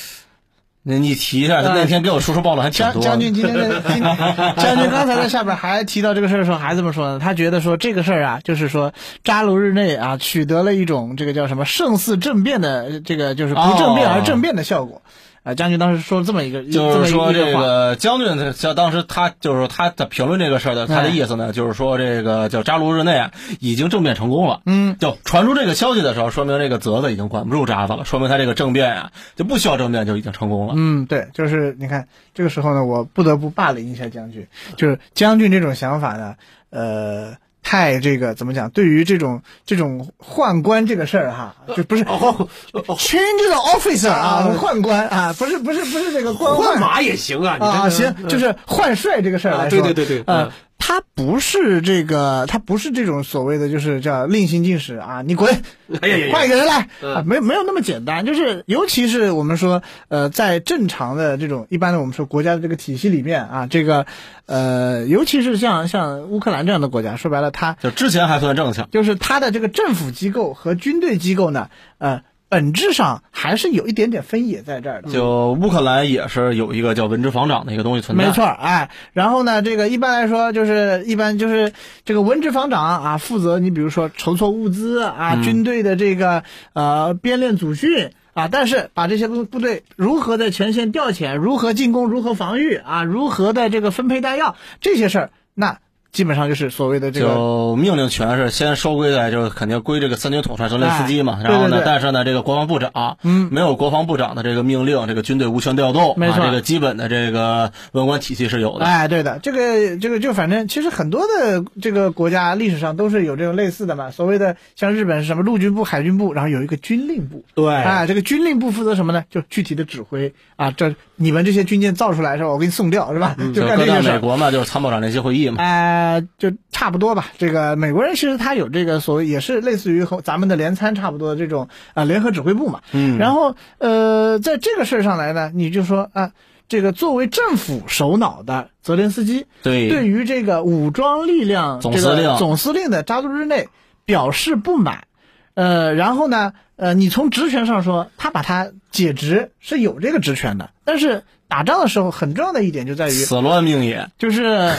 你你提一下，
呃
那天给我叔叔报了还挺
将
多的。
将军今天 在今将军刚才在下边还提到这个事儿的时候，还这么说呢。他觉得说这个事儿啊，就是说扎卢日内啊取得了一种这个叫什么胜似政变的这个就是不政变而政变的效果。啊，将军当时说了这么一个，
哦就是说
这么一
这
个话。
个将军他，像当时他就是他在评论这个事儿
哎
的，他的意思呢，就是说这个叫扎卢日内啊，已经政变成功了。
嗯，
就传出这个消息的时候，说明这个泽子已经管不住扎子了，说明他这个政变啊就不需要政变就已经成功了。
嗯，对，就是你看这个时候呢，我不得不霸凌一下将军，就是将军这种想法呢，呃。太这个怎么讲？对于这种这种宦官这个事儿哈，就不是
哦，哦
change the officer 啊
啊，
宦官啊，不是不是不是这个官
换
宦
马也行啊，你这
啊，行，
嗯
就是换帅这个事儿来说，
啊对对对对
呃
嗯，
他不是这个，他不是这种所谓的就是叫令行禁止啊，你滚，
哎呀呀呀
换一个人来
嗯
啊，没有没有那么简单，就是尤其是我们说，呃，在正常的这种一般的我们说国家的这个体系里面啊，这个呃，尤其是像像乌克兰这样的国家，说白了，它
就之前还算正常，
就是它的这个政府机构和军队机构呢，呃，本质上还是有一点点分野在这儿的。
就乌克兰也是有一个叫文职防长的一个东西存在。
没错，哎，然后呢，这个一般来说就是一般就是这个文职防长啊，负责你比如说筹措物资啊，
嗯
军队的这个呃编练组训。啊，但是把这些部部队如何在前线调遣，如何进攻，如何防御啊，如何的这个分配弹药，这些事儿，那基本上就是所谓的这个
就命令权是先收归在，就是肯定归这个三军统帅泽连斯基嘛。
哎
然后
对
呢
对对，
但是呢，这个国防部长，
嗯
没有国防部长的这个命令，这个军队无权调动，
没错
啊，这个基本的这个文官体系是有的。
哎，对的，这个这个就反正其实很多的这个国家历史上都是有这种类似的嘛，所谓的像日本是什么陆军部、海军部，然后有一个军令部。
对，
啊，这个军令部负责什么呢？就具体的指挥啊，这你们这些军舰造出来是吧？我给你送掉是吧？就
就
干这些
搁在
事
美
儿。
国嘛，就是参谋长联席会议嘛。
呃，就差不多吧。这个美国人其实他有这个所谓，也是类似于和咱们的联参差不多的这种啊、联合指挥部嘛。
嗯，
然后呃，在这个事儿上来呢，你就说啊、这个作为政府首脑的泽连斯基，
对
对于这个武装力量
总
这
司
个
令
总司令的扎杜日内表示不满，呃，然后呢，呃，你从职权上说，他把他解职是有这个职权的，但是打仗的时候很重要的一点就在于，
死乱命也。
就是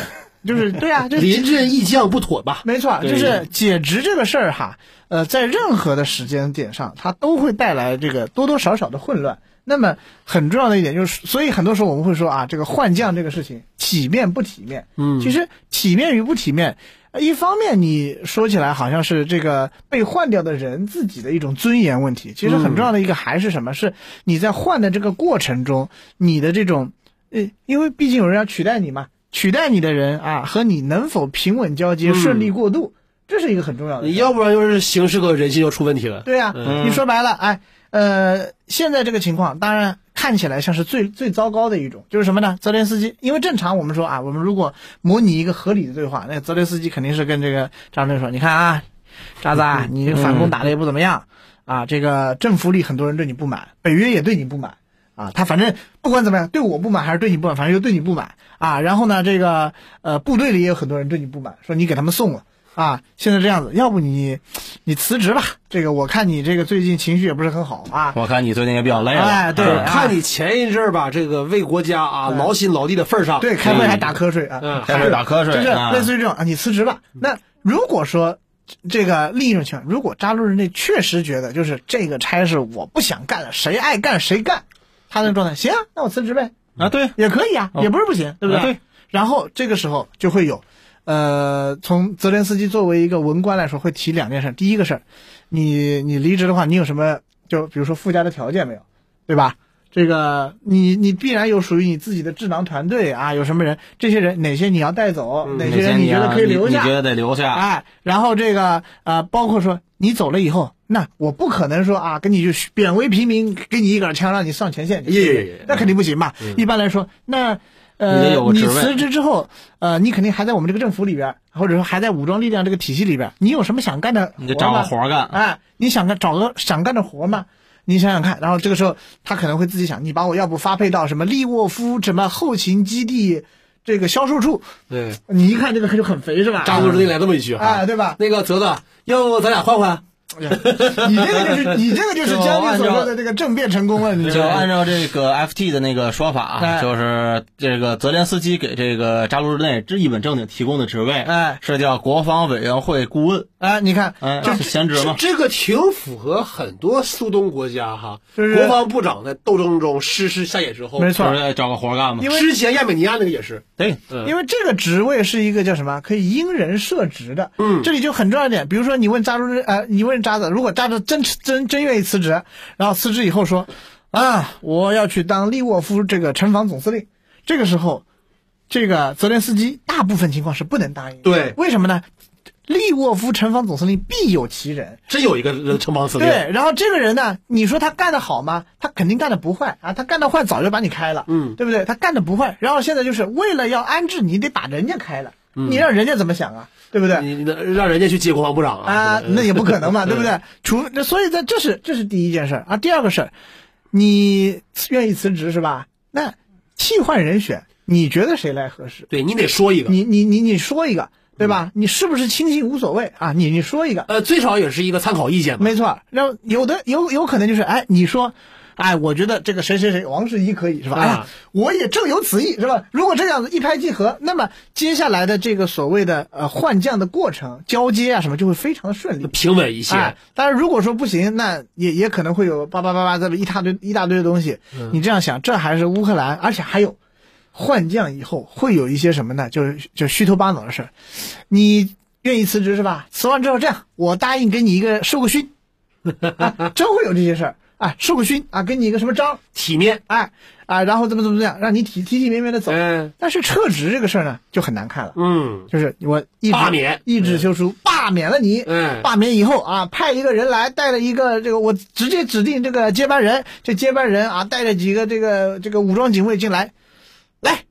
就是对啊， 就是
临阵意将不妥吧？
没错，
对
就是解职这个事儿哈，呃，在任何的时间点上，它都会带来这个多多少少的混乱。那么很重要的一点就是，所以很多时候我们会说啊，这个换将这个事情体面不体面？嗯，其实体面与不体面，呃一方面你说起来好像是这个被换掉的人自己的一种尊严问题，其实很重要的一个还是什么？是你在换的这个过程中，你的这种呃，因为毕竟有人要取代你嘛，取代你的人啊和你能否平稳交接、顺利过渡，这是一个很重要的事。
嗯你要不然就是形势和人性就出问题了。
对呀、
嗯
你说白了，哎，呃，现在这个情况，当然看起来像是最最糟糕的一种，就是什么呢？泽连斯基，因为正常我们说啊，我们如果模拟一个合理的对话，那泽连斯基肯定是跟这个扎针说，你看啊，渣子
嗯
啊，你这个反攻打的也不怎么样、啊，这个政府里很多人对你不满，北约也对你不满。啊，他反正不管怎么样，对我不满还是对你不满，反正就对你不满啊。然后呢，这个呃，部队里也有很多人对你不满，说你给他们送了啊。现在这样子，要不你你辞职吧？这个我看你这个最近情绪也不是很好啊。
我看你最近也比较累了。
哎对
啊
看你前一阵儿吧，这个为国家啊劳心劳力的份儿上，
对，开会还打瞌睡
啊嗯
啊，
开始打瞌睡，
就是
啊
类似于这种啊，你辞职吧。那如果说这个另一种情况，如果扎路日内确实觉得就是这个差事我不想干了，谁爱干谁干，他那状态行啊，那我辞职呗。
啊，对，
也可以啊，
哦
也不是不行，对不
啊
对？
对。
然后这个时候就会有，呃，从泽连斯基作为一个文官来说，会提两件事。第一个事儿，你你离职的话，你有什么就比如说附加的条件没有，对吧？这个你你必然有属于你自己的智囊团队啊，有什么人？这些人哪些你要带走，哪些人
嗯你
你觉得可以留下？
你觉得得留下？
哎，然后这个呃，包括说你走了以后，那我不可能说啊，跟你就贬为平民，给你一杆枪让你上前线去，
耶耶耶
那肯定不行嘛。一般来说，那
嗯你得
呃
有，个
你
职位
辞职之后，呃，你肯定还在我们这个政府里边，或者说还在武装力量这个体系里边，你有什么想干的？
你得找个活儿干。
哎，你想干找个想干的活吗？你想想看，然后这个时候他可能会自己想，你把我要不发配到什么利沃夫什么后勤基地这个销售处，
对，
你一看这个就很肥是吧？
扎古之内来这么一句
哎，
哈，
对吧？
那个泽子，要不咱俩换换？
你这个就是你这个 就是将军所说的这个政变成功了，你知
就
道
按
吗？
照这个 FT 的那个说法
哎
啊，就是这个泽连斯基给这个扎卢日内这一本正经提供的职位，
哎
是叫国防委员会顾问，
哎，你看，
哎，是闲职
这
嘛。
这个挺符合很多苏东国家哈，
就是
国防部长在斗争中失势下野之后，
没错
就是找个活儿干嘛
因。为
之前亚美尼亚那个也是，
对，
嗯
因为这个职位是一个叫什么，可以因人设职的。
嗯
这里就很重要一点，比如说你问扎猪，呃，你问渣子，如果渣子真真真愿意辞职，然后辞职以后说，啊，我要去当利沃夫这个城防总司令，这个时候，这个泽连斯基大部分情况是不能答应的。
对
为什么呢？利沃夫城防总司令必有其人，
真有一个人城防司令，
对，然后这个人呢，你说他干得好吗？他肯定干得不坏啊，他干得坏早就把你开了，
嗯
对不对？他干得不坏，然后现在就是为了要安置你，得把人家开了，
嗯
你让人家怎么想啊？对不对？
你你让人家去接国防部长
啊
啊，，
那也不可 能嘛，对不对？除那所以在这是这是第一件事儿啊，第二个事儿，你愿意辞职是吧？那替换人选，你觉得谁来合适？
对你得说一个，
你你你你说一个，对
嗯
吧？你是不是亲信无所谓啊？你你说一个，
呃，最少也是一个参考意见吧。
没错，然后有的有有可能就是，哎，你说，哎，我觉得这个谁谁谁王世一可以是吧？
啊
哎呀，我也正有此意是吧？如果这样子一拍即合，那么接下来的这个所谓的呃换将的过程交接啊什么就会非常的顺利。
平稳一些，
哎，但是如果说不行，那也也可能
嗯
会有叭叭叭叭这么一大堆一大堆的东西。你这样想，这还是乌克兰，而且还有换将以后会有一些什么呢？就是就虚头巴脑的事儿。你愿意辞职是吧？辞完之后这样，我答应给你一个授个勋，啊，真会有这些事儿啊，授个勋啊，给你一个什么章，
体面，
哎啊，然后怎么怎么怎么样，让你体体体面面的走。
嗯
但是撤职这个事儿呢，就很难看了。
嗯
就是我一
罢免
一纸休书，罢免了你。
嗯，
罢免以后啊，派一个人来，带了一个这个，我直接指定这个接班人，这接班人啊，带着几个这个这个武装警卫进来，来，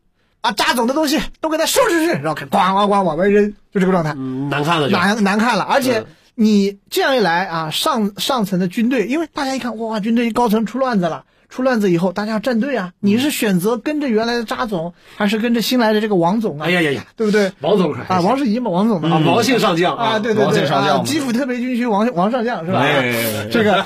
把扎总的东西都给他收拾收拾，然后咣咣咣往外扔，就这个状态，
嗯难看了就，
难难看了。而且
嗯
你这样一来啊，上上层的军队，因为大家一看，哇，军队高层出乱子了。出乱子以后，大家要站队
嗯
啊！你是选择跟着原来的扎总，还是跟着新来的这个王总啊？
哎呀呀呀，
对不对？
王总可还
啊，
行
王世仪嘛，王总嘛，
啊，王姓上将
啊，对对
王
对，
姓上将
啊
嘛
基辅特别军区王王上将是吧？
哎哎哎哎
这个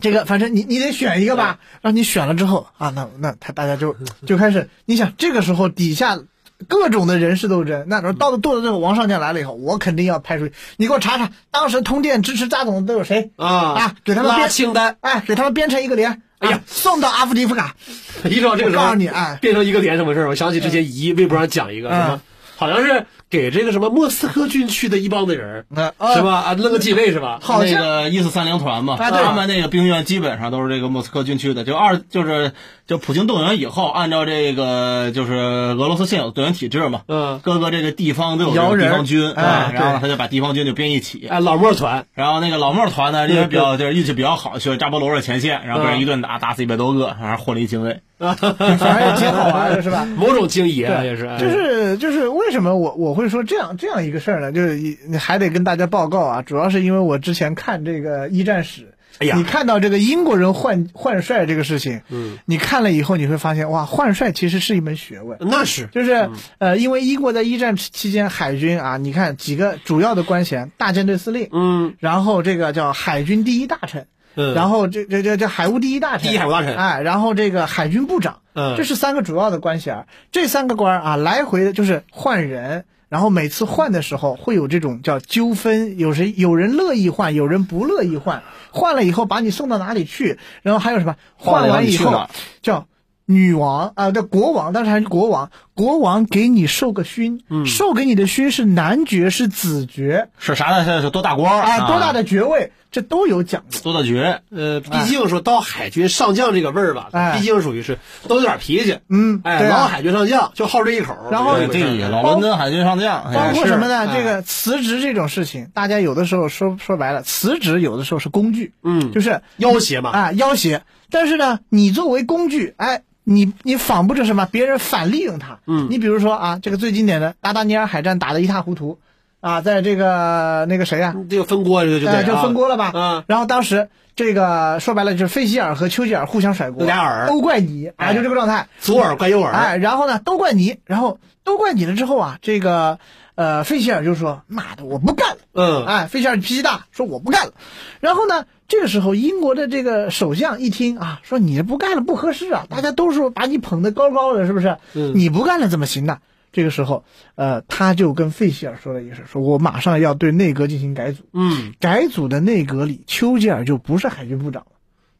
这个，反正你你得选一个吧。然后你选了之后啊，那那他大家就就开始，你想这个时候底下。各种的人事斗争，那时候到了到了最后，王上将来了以后，我肯定要排除。你给我查查，当时通电支持扎总的都有谁？
啊
啊给他们
拉
编
清单，
哎，给他们编成一个连，
哎呀
啊送到阿夫迪夫卡。
一照这个时候，
我告诉你哎
变成一个连什么事儿？我想起之前姨微博上讲一个什么
嗯，
好像是给这个什么莫斯科军区的一帮子人
那
儿，是吧？啊，弄个继位是吧？
嗯好像
那个一四三零团嘛，
啊对
他们那个兵员基本上都是这个莫斯科军区的。就二就是就普京动员以后，按照这个就是俄罗斯现有动员体制嘛，
嗯，
各个这个地方都有这
呃摇
个地
人
方军，
哎
啊
对
然后他就把地方军就编一起。
哎，老莫团，
然后那个老莫团呢，因为比较就是运气比较好，去扎波罗热前线，
嗯
然后被人一顿打，打死一百多个，然后获了一精锐。
反正也挺好玩的，是吧？
某种经爷啊也是，哎
就是就是为什么我我会说这样这样一个事儿呢？就是一你还得跟大家报告啊，主要是因为我之前看这个一战史，
哎呀
你看到这个英国人换换帅这个事情，
嗯，
你看了以后你会发现，哇，换帅其实是一门学问。
那是
就是呃，因为英国在一战期间海军啊，你看几个主要的官衔：大舰队司令，
嗯
然后这个叫海军第一大臣，
嗯，
然
后
后这这这这海务第一大臣，
第一海务大臣
哎，然后这个海军部长，
嗯
这是三个主要的官衔儿。这三个官儿啊，来回的就是换人，然后每次换的时候会有这种叫纠纷，有谁有人乐意换，有人不乐意换，换了以后把你送到哪里去，然后还有什么
换
换
了
完
你
以
去哪
后
儿
叫。女王啊，对、国王，当时还是国王。国王给你授个勋，
嗯
授给你的勋是男爵，是子爵，
是啥呢？是多大官儿
啊，多大的爵位，这都有讲究。
多大爵？
呃，毕竟说到海军上将这个味儿吧，
哎
毕竟属于是都有点脾气，
嗯
哎，
对啊
老海军上将就好这一口儿，
然后
这
对
个
这
味
个
儿
老伦敦海军上将，
哦包括
是
什么呢？
哎
这个辞职这种事情，大家有的时候说说白了，辞职有的时候是工具，
嗯
就是
要挟嘛，
啊要挟。但是呢，你作为工具，哎，你你仿不着什么，别人反利用它。嗯，你比如说啊，这个最经典的达达尼尔海战打得一塌糊涂，啊，在这个那个谁呀、
这个分锅这个就
呃
得
啊就
啊
分锅了吧？
嗯，
然后当时这个说白了就是费希尔和丘吉尔互相甩锅，
俩耳
都怪你啊，
哎
就这个状态。
左耳怪右耳，
哎，然后呢，都怪你，然后都怪你了之后啊，这个呃，费希尔就说：“妈的，我不干了。”
嗯
哎，费希尔脾气大，说我不干了。然后呢，这个时候英国的这个首相一听啊，说你不干了不合适啊，大家都说把你捧得高高的，是不是？
嗯
你不干了怎么行呢？这个时候，呃，他就跟费希尔说了一声，说我马上要对内阁进行改组。
嗯。
改组的内阁里，丘吉尔就不是海军部长了，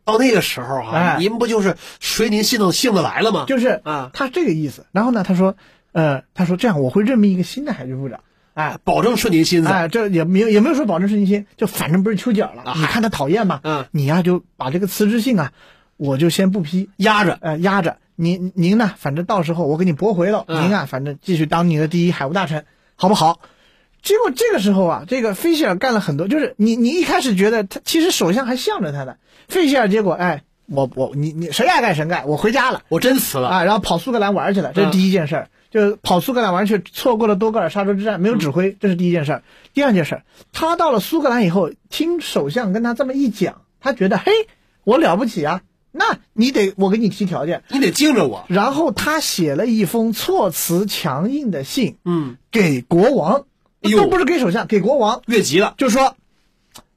到那个时候哈、
哎
您不就是随您性子性子来了吗？
就是
啊，
他这个意思。然后呢，他说，呃，他说这样我会任命一个新的海军部长。哎，
保证顺您心思。
哎，这也没有也没有说保证是你心，就反正不是丘吉尔了，
嗯啊
你看他讨厌吧？
嗯
你呀、就把这个辞职信啊，我就先不批，
压着，
呃，压着您您呢，反正到时候我给你驳回了，
嗯
您啊，反正继续当您的第一海务大臣，好不好？结果这个时候啊，这个费希尔干了很多，就是你你一开始觉得他其实首相还向着他呢，费希尔结果哎，我我你你谁爱干谁干，我回家了。
我真辞了。
啊，然后跑苏格兰玩去了，
嗯
这是第一件事儿。就是跑苏格兰玩去，错过了多格尔沙洲之战，没有指挥，这是第一件事儿。第二件事儿，他到了苏格兰以后，听首相跟他这么一讲，他觉得嘿，我了不起啊，那你得我给你提条件。
你得敬着我。
然后他写了一封措辞强硬的信
嗯，
给国王，
哎呦
都不是给首相，给国王，
越级了。
就说，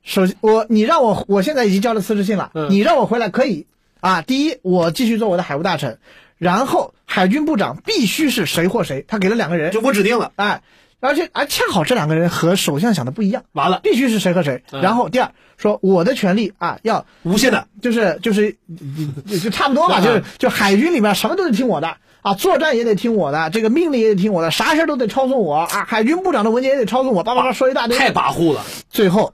首我你让我我现在已经交了辞职信了，
嗯
你让我回来可以啊。第一，我继续做我的海务大臣，然后海军部长必须是谁或谁，他给了两个人
就，我指定了，
哎，而且而恰好这两个人和首相想的不一样，
完了，
必须是谁和谁。
嗯
然后第二，说我的权利啊要
无限的，
就是就是就就差不多吧，
嗯
就是就海军里面什么都是听我的啊，作战也得听我的，这个命令也得听我的，啥事儿都得抄送我啊，海军部长的文件也得抄送我，叭叭叭说一大堆。
太跋扈了，
最后，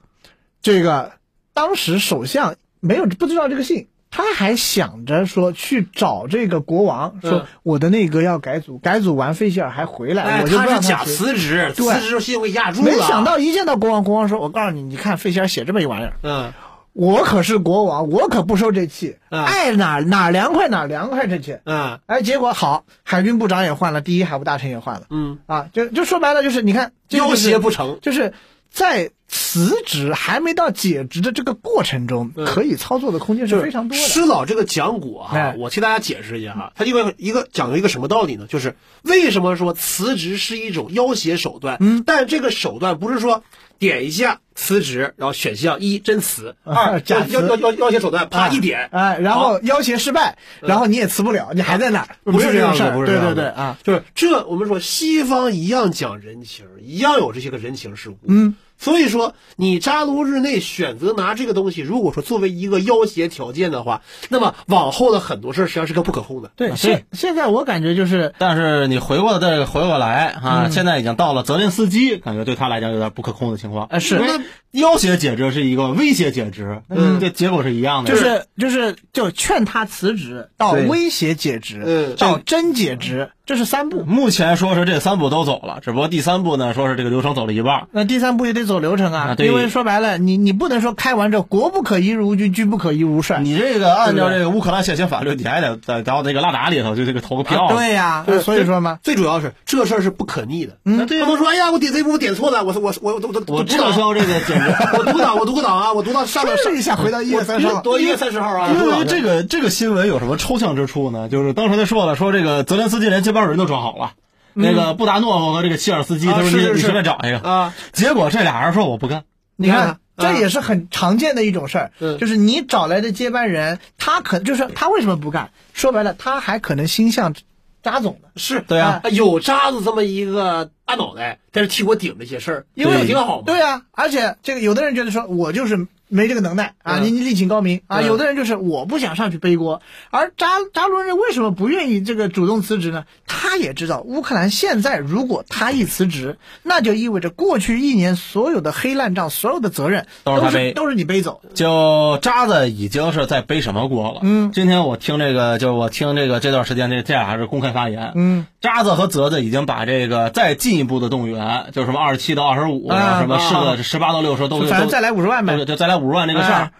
这个当时首相没有不知道这个信，他还想着说去找这个国王，
嗯
说我的内阁要改组，改组完菲希尔还回来，
哎，
我就不
他
让
是假
去
辞职，辞
对
职后信会压住了。
没想，到一见到国王，国王说：“我告诉你，你看费希尔写这么一玩意儿，
嗯，
我可是国王，我可不受这气，
啊
爱哪哪凉快哪凉快这去。”
嗯
哎，结果好，海军部长也换了，第一海部大臣也换了，
嗯，
啊，就就说白了就是，你看，这
要
就是
挟不成，
就是在辞职还没到解职的这个过程中，
嗯
可以操作的空间是非常多的。
施老这个讲古哈
哎，
我替大家解释一下哈，他因为一个讲了一个什么道理呢？就是为什么说辞职是一种要挟手段？嗯，但这个手段不是说点一下辞职，然后选项一真辞，二
啊假辞
要要要要挟手段，啪
啊
一点，
哎，然后要挟失败，然后你也辞不了，你还在那儿，
不是
没有这种
样
事
的，
儿，
不是
对
这样
对
的
对啊，，
就是这我们说西方一样讲人情，一样有这些个人情世故，嗯，所以说你扎卢日内选择拿这个东西，如果说作为一个要挟条件的话，那么往后的很多事儿实际上是个不可控的，
对
啊所以
现现在我感觉就是
但是你回过再回过来啊，
嗯
现在已经到了泽连斯基，感觉对他来讲有点不可控的情况。
呃是
因为要挟解职是一个，威胁解职，嗯，这结果是一样的。
就是就是就劝他辞职，到
对
威胁解职，
嗯
到真解职，这是三步。
目前说是这三步都走了，只不过第三步呢，说是这个流程走了一半儿。
那第三步也得走流程啊
啊，对
因为说白了，你你不能说开完之后国不可一如君，君不可一如帅。
你这个按照这个乌克兰现行法律，你还得在到那个拉达里头就这个投个票。
啊对呀、
就是
所以说嘛，
最主要是这事儿是不可逆的。嗯，
对呀
他们说，哎呀，我点这步我点错了，我我我我我
我
读
这个时
档，
候这个简直。
我读档，我读个档啊，我读到上面
试一下回到一月三十号，
多一月三十号啊，
因为这个这个新闻有什么抽象之处呢？就是当时他说了，说这个泽连斯基连接班人都装好了，那个布达诺夫和这个切尔斯基，
嗯啊
他说
是
你
是
你
是
随便找一个。
啊，
结果这俩人说我不干，
你看，
你
啊
看
这也是很常见的一种事儿，
嗯
就是你找来的接班人，他可就是他为什么不干？说白了，他还可能心向扎总呢，
是
对啊，
有渣子这么一个大脑袋，但是替我顶这些事儿，因为
对
挺好嘛。
对啊，而且这个有的人觉得说我就是没这个能耐啊，
嗯
你你另请高明啊，
嗯
有的人就是我不想上去背锅，而扎扎伦人为什么不愿意这个主动辞职呢？他也知道乌克兰现在如果他一辞职，那就意味着过去一年所有的黑烂账、所有的责任
都是他背
都是你背走，
就渣子已经是在背什么锅了？嗯，今天我听这个，就是我听这个这段时间这这俩是公开发言，
嗯，
渣子和泽子已经把这个再进一步的动员，就是什么二十七到二十五，
啊
什么
啊
是个十八到六十都
反正再来五十万
对
呗
对，。就再来五十万这个事儿
哎。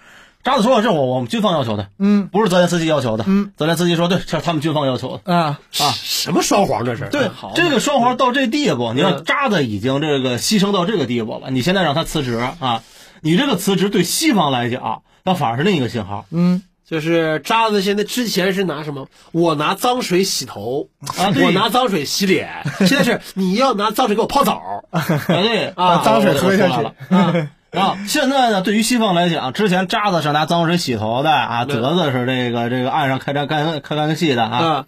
渣子说：“这我我们军方要求的，
嗯，
不是泽连斯基要求的。”嗯，泽连斯基说：“对，这是他们军方要求的。
啊，
啊
什么双簧这啊是？”
嗯
对，这个双簧到这地步，你看
嗯
渣子已经这个牺牲到这个地步了，你现在让他辞职啊，你这个辞职对西方来讲，那反而是另一个信号
嗯，
就是渣子现在之前是拿什么？我拿脏水洗头，
啊对
我拿脏水洗脸，现在是你要拿脏水给我泡澡，
啊，对
啊
啊，
脏水
我
喝
我
下
出来
去
了啊。然后现在呢，对于西方来讲，之前渣子是拿脏水洗头的啊，
对
德子是这个这个岸上开干干开干系的啊，
啊，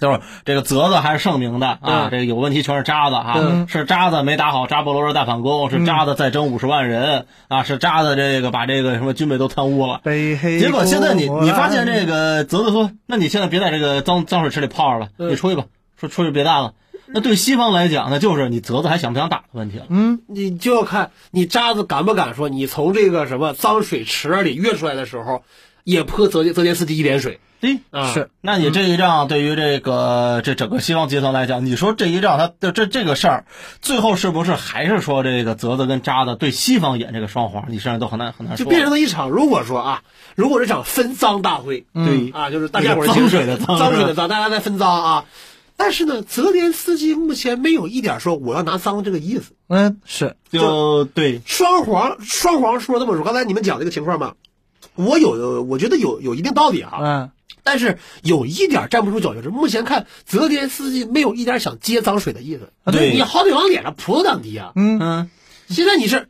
就是这个泽子还是盛名的啊，
嗯
这个有问题全是渣子啊，
嗯
是渣子没打好扎波罗热大反
嗯
攻，是渣子再征五十万人、啊，是渣子这个把这个什么军备都贪污了。
背黑
结果现在你
锅
你发现这个泽子说，那你现在别在这个脏脏水池里泡着了，
嗯
你出去吧，说出去别干了。那对西方来讲呢，就是你泽子还想不想打的问题了。
嗯
你就要看你渣子敢不敢说，你从这个什么脏水池里跃出来的时候，也泼泽泽连斯基一脸水
对，
啊。
是，
那你这一仗对于这个这整个西方阶层来讲，你说这一仗他这这这个事儿，最后是不是还是说这个泽泽跟渣子对西方演这个双簧，你甚至都很难很难
就
说。
变成了一场，如果说啊，如果这场分赃大会，
对
啊，就是大家伙儿
脏
其实
水的脏
脏水
是吧
的脏，大家在分赃啊。但是呢，泽连斯基目前没有一点说我要拿脏这个意思。
嗯是
就对，
双簧，双簧说这么说，刚才你们讲这个情况嘛，我有，我觉得有有一定道理啊。
嗯
但是有一点站不住脚，就是目前看泽连斯基没有一点想接脏水的意思。
啊对
你好歹往脸上泼两滴啊！
嗯
嗯，
现在你是，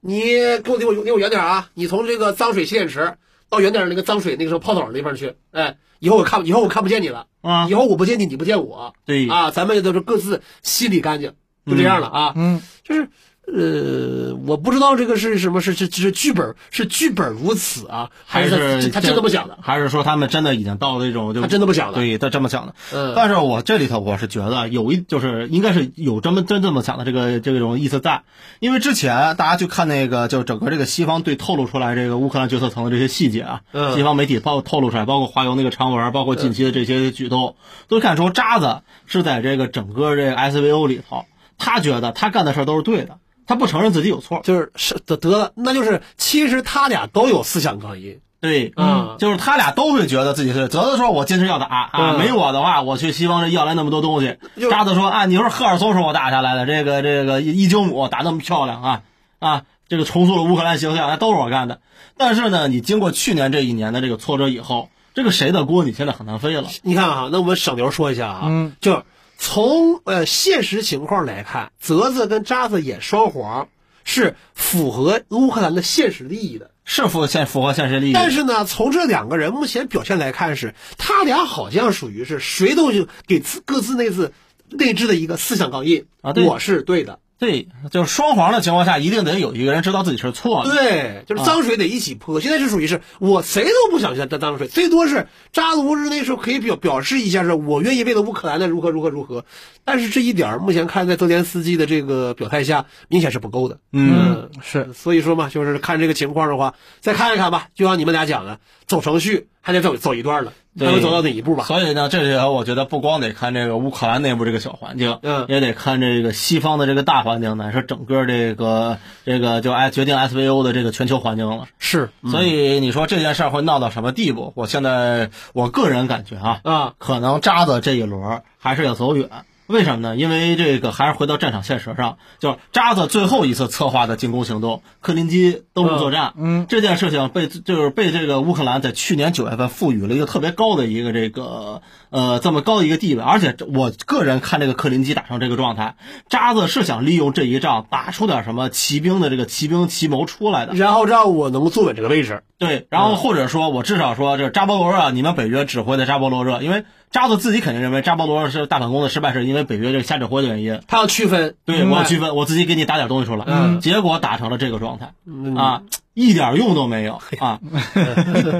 你给我离我离我远点啊！你从这个脏水洗脸池到远点儿那个脏水那个什么泡澡那地方去，哎，以后我看以后我看不见你了，
啊
以后我不见你，你不见我，
对
啊，咱们都是各自心里干净，就这样了啊。
嗯
就是呃，我不知道这个是什么，是是是剧本，是剧本如此啊，还
是
他他真这么想的？
还是说他们真的已经到了一种就
他真这么想的
对，他这么想的。
嗯
但是我这里头我是觉得啊有一就是应该是有这么真这么想的这个这种意思在，因为之前大家就看那个就整个这个西方对透露出来这个乌克兰决策层的这些细节啊，
嗯
西方媒体包透露出来，包括华油那个长文，包括近期的这些举动，都看出渣子是在这个整个这个 SVO 里头，他觉得他干的事儿都是对的，他不承认自己有错。
就是是得得了，那就是其实他俩都有思想隔音，
对，
嗯
就是他俩都会觉得自己是。泽泽说：“我坚持要打啊，
嗯
没我的话，我去西方这要来那么多东西。”
就是
渣子说：“啊，你说赫尔松是我打下来的，这个这个伊伊久姆打那么漂亮啊啊，这个重塑了乌克兰形象，那都是我干的。但是呢，你经过去年这一年的这个挫折以后，这个谁的锅你现在很难飞了。
你看啊，那我们省流说一下啊，
嗯
就是从呃现实情况来看，泽泽跟渣子演双簧是符合乌克兰的现实利益的。
是符现符合现实利益，
但是呢，从这两个人目前表现来看是，他俩好像属于是谁都有给自各自内自内置的一个思想钢印
啊对
我是对的，
对，就是双簧的情况下，一定得有一个人知道自己是错的。
对，就是脏水得一起泼。现在是属于是我谁都不想去当脏水，最多是扎卢日那时候可以表表示一下，是我愿意为了乌克兰的如何如何如何。但是这一点儿目前看在泽连斯基的这个表态下，明显是不够的。
嗯，是
所以说嘛，就是看这个情况的话，再看一看吧。就像你们俩讲的，走程序还得走走一段了，
对
还会走到哪一步吧？
所以呢，这里头我觉得不光得看这个乌克兰内部这个小环境，
嗯
也得看这个西方的这个大环境呢，是整个这个这个就哎决定 SVO 的这个全球环境了。
是
所以你说这件事儿会闹到什么地步？我现在我个人感觉啊，
啊，
可能渣子这一轮儿还是要走远。为什么呢？因为这个还是回到战场现实上，就是渣子最后一次策划的进攻行动——克林基登陆作战。
嗯，
这件事情被就是被这个乌克兰在去年九月份赋予了一个特别高的一个这个呃这么高的一个地位，而且这我个人看这个克林基打成这个状态，渣子是想利用这一仗打出点什么骑兵的这个骑兵奇谋出来的。
然后让我能坐稳这个位置。
对，
嗯
然后或者说我至少说这扎波罗热，啊你们北约指挥的扎波罗热，因为扎子自己肯定认为扎波罗热是大反攻的失败，是因为北约这个瞎指挥的原因。
他要区分，
对，
明白
我区分，我自己给你打点东西出来，
嗯
结果打成了这个状态
嗯
啊，一点用都没有啊！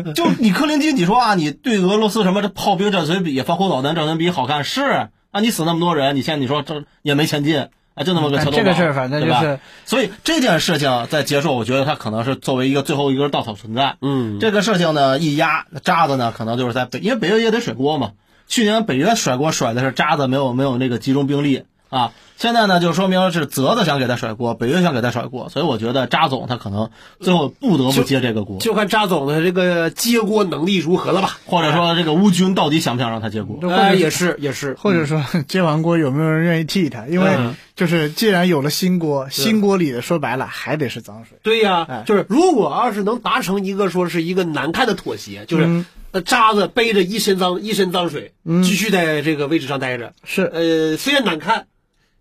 你就你克林基，你说啊，你对俄罗斯什么这炮兵战损比、防空导弹战损比好看是啊，你死那么多人，你现在你说这也没前进啊，就那么个
哎
桥头
这个
堡
事儿反正
对
就
吧
是
所以这件事情在结束，我觉得它可能是作为一个最后一根稻草存在。
嗯，
这个事情呢，一压渣子呢，可能就是在北，因为北约也得甩锅嘛。去年北约甩锅甩的是渣子没有没有那个集中兵力啊，现在呢就说明是泽子想给他甩锅，北约想给他甩锅，所以我觉得渣总他可能最后不得不接这个锅，
就看扎总的这个接锅能力如何了吧？
或者说这个乌军到底想不想让他接锅？
就或
哎，
者
也是也是，
或者说 接完锅有没有人愿意替他？因为
嗯
就是既然有了新锅，新锅里的说白了还得是脏水。
对呀、
哎
就是如果要是能达成一个说是一个难看的妥协，就是
嗯
那渣子背着一身脏一身脏水，继续在这个位置上待着，
是，
呃，虽然难看。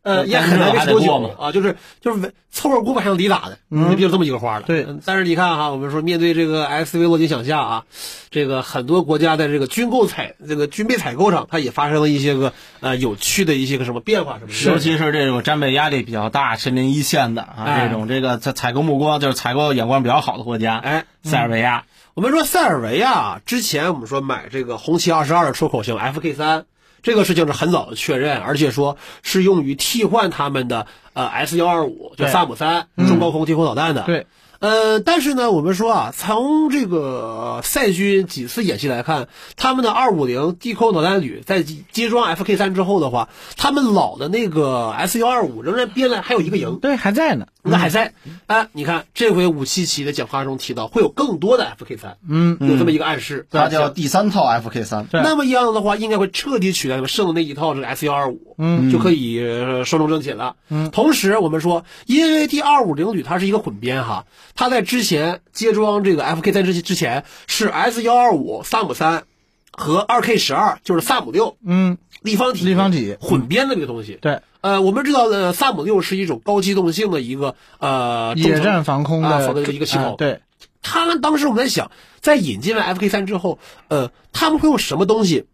呃，
嗯
也很难维持
但
多
是
久
还得过
啊？就是就是凑合过吧，还能离打的，
嗯
就这么一个花了。
对
嗯，但是你看哈，我们说面对这个 SV 落井想下啊，这个很多国家在这个军购采这个军备采购上，它也发生了一些个呃有趣的一些个什么变化什么的。
尤其是这种战备压力比较大、身临一线的啊，
哎
这种这个采采购目光就是采购眼光比较好的国家，
哎，
塞尔维亚，
我们说塞尔维亚之前我们说买这个红旗二十二的出口型 FK 三，这个事情是很早就确认，而且说是用于替换他们的呃 S 幺二五，就
对嗯
萨姆三中高空低空导弹的。
对，
呃，但是呢，我们说啊，从这个塞军几次演习来看，他们的二五零低空导弹旅在接装 FK 三之后的话，他们老的那个 S 幺二五仍然编了还有一个营。
对，还在呢。
那还在，哎，你看这回五七七的讲话中提到会有更多的 FK 三，
嗯，啊
有这么一个暗示。
它叫
叫
第三套 FK 三，
对啊
那么样的话，应该会彻底取代他们剩的那一套这个 S 幺二五，
嗯
就可以呃寿终正寝了。
嗯
同时我们说，因为 D 二五零旅它是一个混编哈，它在之前接装这个 FK 三之之前是 S 幺二五萨姆三和二 K 十二，就是萨姆六
嗯，
立方体
立方体嗯
混编的这个东西。
对，
呃，我们知道的萨姆六是一种高机动性的一个呃中
野
程
战防空
啊
的
防空的一个系统
啊对，
他当时我们在想，在引进完 FK 三之后，呃，他们会用什么东西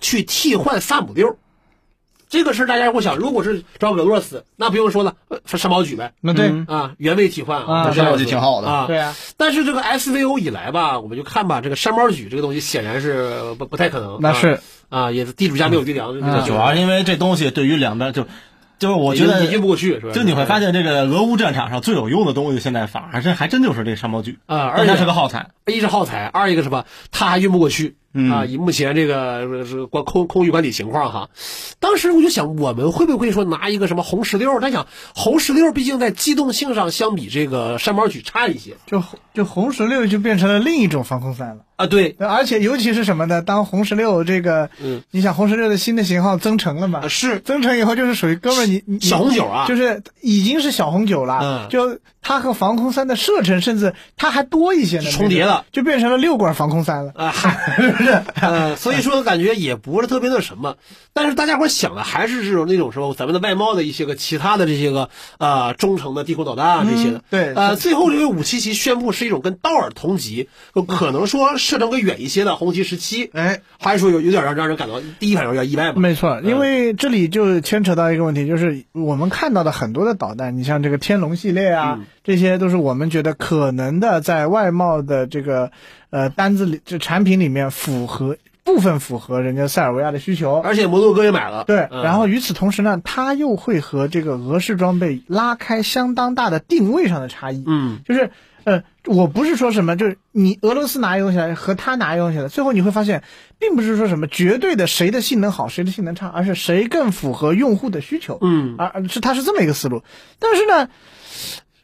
去替换萨姆六？这个事儿大家如果想，如果是找葛洛死，那不用说了，呃上保举呗，
那对、
嗯
啊，原位替换
啊
啊，
这样就挺好的
啊。
对啊，
但是这个 SVO 以来吧，我们就看吧，这个山猫举这个东西显然是呃不不太可能，
那是、
啊，啊也是地主家没有余粮，这
啊
个
主要是因为这东西对于两边就就是我
我
觉得
也运不过去，是吧？
就你会发现这个俄乌战场上最有用的东西，现在反而真还真就是这山毛榉，
啊，而
但它是
且
个耗材。
一是耗材，二一个什么，他还运不过去。啊，
嗯，
以目前这个呃是管空空域管理情况哈，当时我就想，我们会不会说拿一个什么红石榴？但想红石榴毕竟在机动性上相比这个山猫举差一些
就就红石榴就变成了另一种防空伞了，
啊，对，
而且尤其是什么呢？当红石榴这个，
嗯
你想红石榴的新的型号增程了嘛
啊？是
增程以后就是属于哥们儿你你
小红酒啊，
就是已经是小红酒了，
嗯
就它和防空三的射程，甚至它还多一些呢，
重叠了，
就变成了六管防空三了。
啊，嗨， 是不是？呃，所以说感觉也不是特别那什么，但是大家伙想的还是这种那种什么咱们的外贸的一些个其他的这些个啊中程的地空导弹啊这些的。
嗯对
呃，最后这个五七七宣布是一种跟道尔同级，就可能说射程更远一些的红旗十七，
哎，
还是说有有点让让人感到第一反应有点意外吧？
没错，因为这里就牵扯到一个问题，就是我们看到的很多的导弹，你像这个天龙系列啊，
嗯
这些都是我们觉得可能的在外贸的这个呃单子里这产品里面符合部分符合人家塞尔维亚的需求。
而且摩洛哥也买了，
对，
嗯
然后与此同时呢，它又会和这个俄式装备拉开相当大的定位上的差异。
嗯，
就是呃，我不是说什么，就是你俄罗斯拿一个东西来和他拿一个东西来，最后你会发现，并不是说什么绝对的谁的性能好，谁的性能差，而是谁更符合用户的需求。
嗯，
而啊而是它是这么一个思路。但是呢，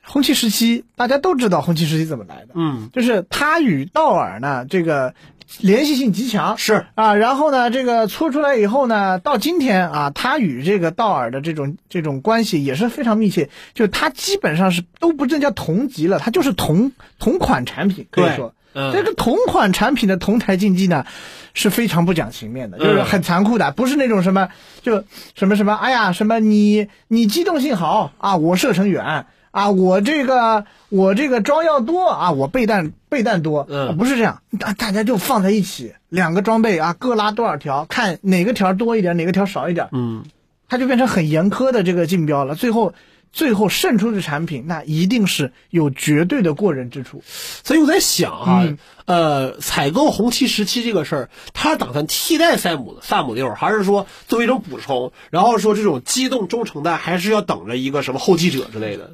红旗时期大家都知道红旗时期怎么来的，
嗯，
就是它与道尔呢这个联系性极强，
是
啊，然后呢，这个搓出来以后呢，到今天啊，他与这个道尔的这种这种关系也是非常密切，就他基本上是都不正叫同级了，他就是同同款产品，可以
对
说。
嗯
这个同款产品的同台竞技呢，是非常不讲情面的，就是
嗯
很残酷的，不是那种什么就什么什么，哎呀，什么你你机动性好啊，我射程远啊，我这个我这个装药多啊，我备弹备弹多，
嗯
啊不是这样，大大家就放在一起，两个装备啊，各拉多少条，看哪个条多一点，哪个条少一点，
嗯，
它就变成很严苛的这个竞标了，最后。最后胜出的产品，那一定是有绝对的过人之处。
所以我在想哈、
嗯
呃，采购红旗时期这个事儿，他打算替代塞姆萨姆六，还是说作为一种补充？然后说这种机动中程弹还是要等着一个什么后继者之类的？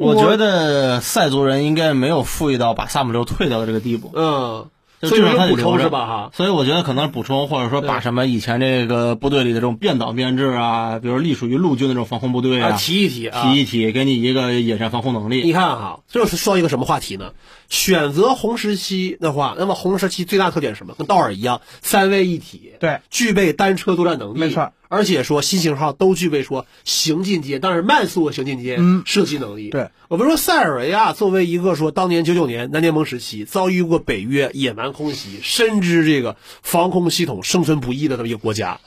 我觉得塞族人应该没有富裕到把萨姆流退掉的这个地步，
嗯，
就
所以
至
有
少
一
他得
种补
留
充
着
是吧？哈，
所以我觉得可能是补充，或者说把什么以前这个部队里的这种变倒编制啊，比如隶属于陆军的这种防空部队
啊，
啊，
提一提啊。
提一提，给你一个野战防空能力。
你看哈，这是说到一个什么话题呢？选择红时期的话，那么红时期最大特点是什么？跟道尔一样，三位一体，
对，
具备单车作战能力，
没错。
而且说新型号都具备说行进间，当然慢速的行进间，
嗯
射击能力。
对，
我们说塞尔维亚作为一个说当年九九年南联盟时期遭遇过北约野蛮空袭，深知这个防空系统生存不易的这么一个国家，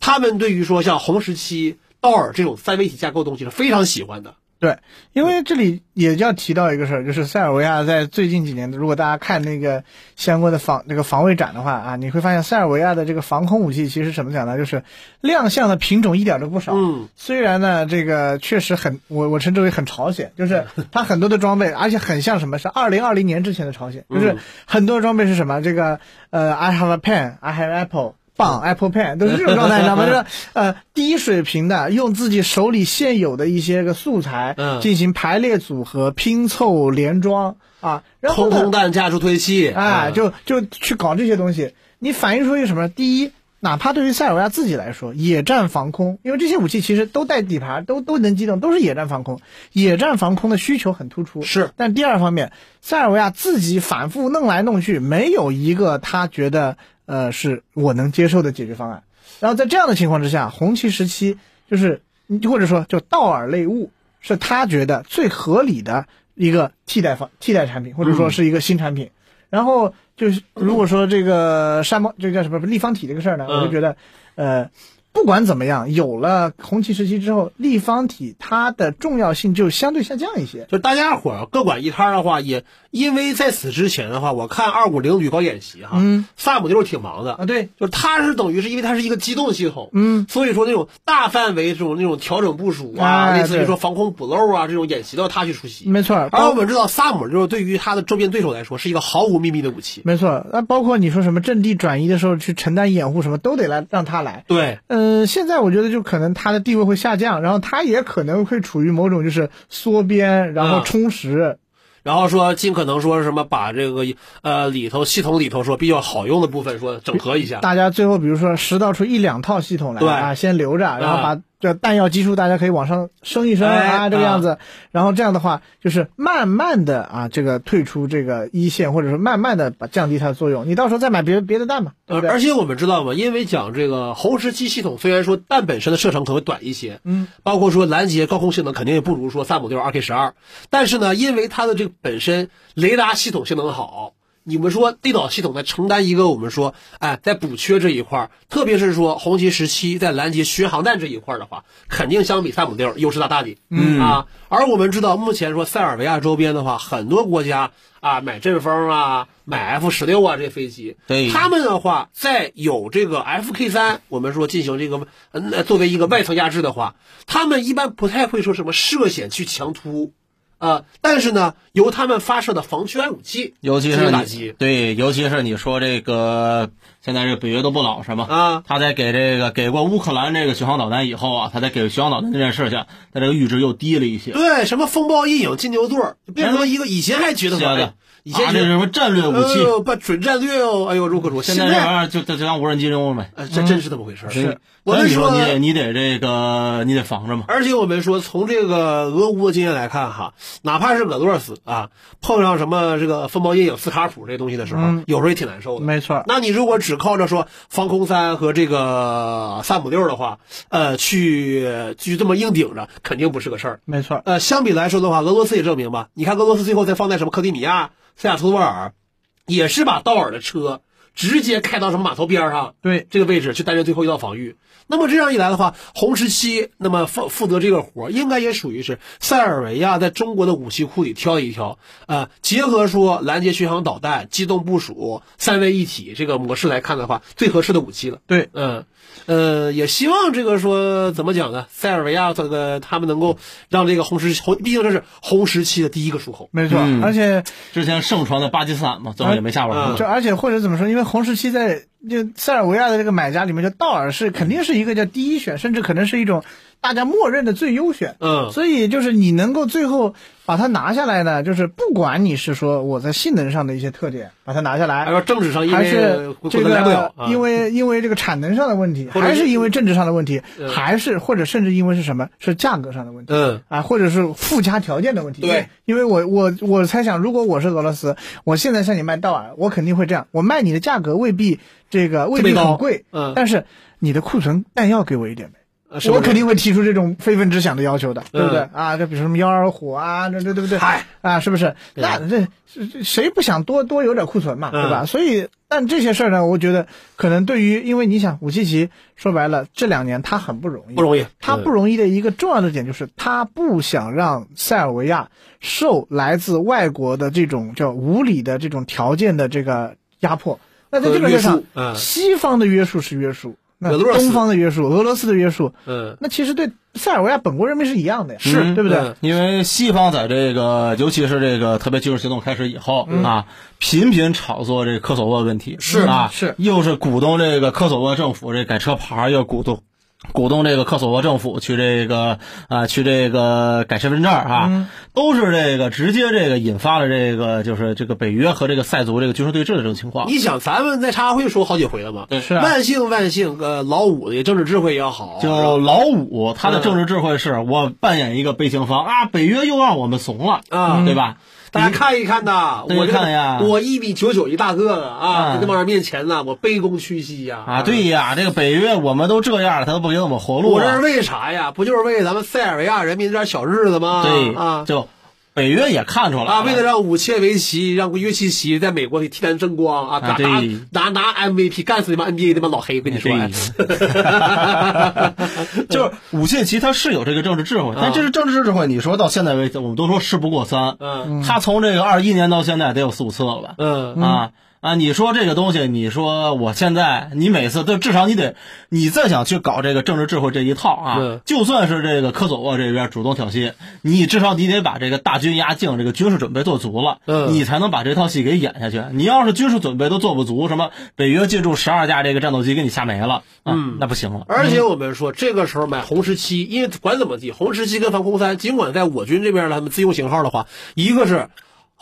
他们对于说像红时期、道尔这种三位一体架构的东西是非常喜欢的。
对，因为这里也要提到一个事儿，就是塞尔维亚在最近几年，如果大家看那个相关的防那个防卫展的话啊，你会发现塞尔维亚的这个防空武器其实怎么讲呢？就是亮相的品种一点都不少。
嗯。
虽然呢，这个确实很，我我称之为很朝鲜，就是它很多的装备，而且很像什么，是二零二零年之前的朝鲜，就是很多装备是什么，这个呃，I have a pen, I have apple。棒，Apple Pen 都是这种状态，你知道吗？就是呃低水平的，用自己手里现有的一些个素材
嗯
进行排列组合、拼凑、联装啊，然后
空
呢
空弹加助推器，
哎，
嗯
就就去搞这些东西。你反映出一个什么呢？第一，哪怕对于塞尔维亚自己来说，野战防空，因为这些武器其实都带底盘，都都能机动，都是野战防空。野战防空的需求很突出。
是
但第二方面，塞尔维亚自己反复弄来弄去，没有一个他觉得呃是我能接受的解决方案。然后在这样的情况之下，红旗时期就是或者说就道尔类物，是他觉得最合理的一个替代方替代产品，或者说是一个新产品。然后就是如果说这个山猫这个叫什么立方体这个事儿呢，
嗯
我就觉得，呃，不管怎么样，有了红旗时期之后，立方体它的重要性就相对下降一些。
就大家伙儿各管一摊儿的话，也因为在此之前的话，我看二五零旅搞演习哈，
嗯
萨姆就是挺忙的
啊，对，
就是它是等于是因为它是一个机动系统，
嗯，
所以说那种大范围这种那种调整部署啊，
哎
类似于
对嗯
说防空捕漏啊这种演习都要它去出席。
没错儿。
啊而我
包
们知道，萨姆就是对于他的周边对手来说是一个毫无秘密的武器。
没错儿，那包括你说什么阵地转移的时候去承担掩护什么，都得来让他来。
对，
嗯，现在我觉得就可能他的地位会下降，然后他也可能会处于某种就是缩编，然后
嗯
充实。
然后说尽可能说是什么把这个呃里头系统里头说比较好用的部分说整合一下。
大家最后比如说拾到出一两套系统来
啊对
啊，先留着，然后
嗯
把这弹药基数大家可以往上升一升
哎
啊，这个
嗯
样子。然后这样的话，就是慢慢的啊，这个退出这个一线，或者是慢慢的把降低它的作用。你到时候再买别别的弹嘛，对
呃
不对？
而且我们知道嘛，因为讲这个红石机系统，虽然说弹本身的射程可能会短一些，
嗯，
包括说拦截高空性能肯定也不如说萨姆六二 K 十二，但是呢，因为它的这个本身雷达系统性能好，你们说地导系统在承担一个我们说，哎，在补缺这一块儿，特别是说红旗十七在拦截巡航弹这一块儿的话，肯定相比萨姆六优势大大的，嗯啊，而我们知道目前说塞尔维亚周边的话，很多国家啊买阵风啊，买 F 十六啊这飞机，
对
他们的话，在有这个 FK 三，我们说进行这个呃作为一个外层压制的话，他们一般不太会说什么涉险去强突，呃，但是呢，由他们发射的防区外武器
尤其
进
是
行
你
打击
对，尤其是你说这个现在这个北约都不老实嘛，
啊，
他在给这个给过乌克兰这个巡航导弹以后啊，他在给巡航导弹这件事情，他这个阈值又低了一些。
对，什么风暴阴影、金牛座，变成了一个以前还觉得
是
嘛，
的
哎以前
啊，
觉
这是
得
什么战略武
哎
器？
呦，把准战略哦，哎呦，如何如何，
现
在
在这玩意儿就就就当无人机用呗。
呃，这真是这么回事儿。
所以
我
所以
们
你
说
说你得你得这个你得防着嘛。
而且我们说，从这个俄乌的经验来看，哈，哪怕是俄罗斯啊，碰上什么这个风暴阴影、斯卡普这些东西的时候，有时候也挺难受
嗯
的。
没错儿。
那你如果只靠着说防空三和这个三五六的话，呃，去去这么硬顶着，肯定不是个事儿。
没错儿，
呃，相比来说的话，俄罗斯也证明吧，你看俄罗斯最后再放在什么克里米亚、塞亚托沃尔，也是把道尔的车直接开到什么码头边儿上，
对，
这个位置去担任最后一道防御。那么这样一来的话，红十七那么负负责这个活儿，应该也属于是塞尔维亚在中国的武器库里挑一挑，呃，结合说拦截巡航导弹、机动部署、三位一体这个模式来看的话，最合适的武器了。
对，
嗯，呃，也希望这个说怎么讲呢？塞尔维亚这个他们能够让这个红十红，毕竟这是红时期的第一个出口。
没错儿。
嗯
而且
之前盛传的巴基斯坦嘛，最后也没下文
嗯
嘛。
就而且或者怎么说，因为红十七在就塞尔维亚的这个买家里面，就道尔是肯定是一个叫第一选，甚至可能是一种大家默认的最优选。
嗯，
所以就是你能够最后把它拿下来呢，就是不管你是说我在性能上的一些特点把它拿下
还
来，
说政治上因
还
为
是
可
这
能来不了
个，
啊
因为因为这个产能上的问题，
或者
还是因为政治上的问题，
嗯
还是或者甚至因为是什么是价格上的问题。
嗯。
啊，或者是附加条件的问题。
对，
因为我我我猜想，如果我是俄罗斯，我现在向你卖道尔，我肯定会这样，我卖你的价格未必这个未必
特别高
很贵，
嗯
但是你的库存弹药给我一点呗。
呃是不
我
是
肯定会提出这种非分之想的要求的，对不对、
嗯
啊？这比如说什么幺二虎啊，这这对不对？
嗨
啊，是不是？
对
那这这这谁不想多多有点库存嘛，
嗯
对吧？所以，但这些事儿呢，我觉得可能对于，因为你想，武契奇说白了，这两年他很不容易，
不容易，
他不容易的一个重要的点就是，他不想让塞尔维亚受来自外国的这种叫无理的这种条件的这个压迫。那在这个事上
和约束，嗯
西方的约束是约束，那
俄罗斯
东方的约束，俄罗斯的约束，
嗯，
那其实对塞尔维亚本国人民是一样的呀，
是
对不对？
嗯
因为西方在这个，尤其是这个特别军事行动开始以后、啊，频频炒作这个科索沃问题，
是
啊，
是
又是鼓动这个科索沃政府这改车牌，又鼓动鼓动这个科索沃政府去这个啊去这个改身份证啊，都是这个直接这个引发了这个就是这个北约和这个塞族这个军事对峙的这种情况。
你想咱们在茶话会说好几回了嘛，
对
是啊
万幸万幸，呃，老五的政治智慧也好，然
就
后
老五，他的政治智慧是我扮演一个悲情方啊，北约又让我们怂了，
啊，
对吧？
大家看一看呐，
嗯对
我这个
看呀
我一米九九一大个子啊，
嗯
在这帮人面前呢，我卑躬屈膝呀，
啊，对呀，这个北约我们都这样了，他都不给我们活路
我这是
了。
为啥呀？不就是为咱们塞尔维亚人民这点小日子吗？
对
啊，
就北约也看出来
啊，为了让武切维奇、让约基奇在美国里替咱争光啊，
啊
打
对
拿拿拿 MVP 干死你们 NBA 那帮老黑，跟你说，啊
就是武切奇他是有这个政治智
啊
慧，但这是政治智慧，你说到现在为止，我们都说事不过三。
嗯
他从这个二一年到现在得有四五次了吧？
嗯，
啊啊！你说这个东西，你说我现在，你每次都至少你得，你再想去搞这个政治智慧这一套啊
嗯，
就算是这个科索沃这边主动挑衅，你至少你得把这个大军压境，这个军事准备做足了，
嗯
你才能把这套戏给演下去。你要是军事准备都做不足，什么北约进驻十二架这个战斗机给你吓没了，啊、嗯，那不行了。
而且我们说，这个时候买红十七，因为管怎么地，红十七跟防空三，尽管在我军这边呢，他们自由型号的话，一个是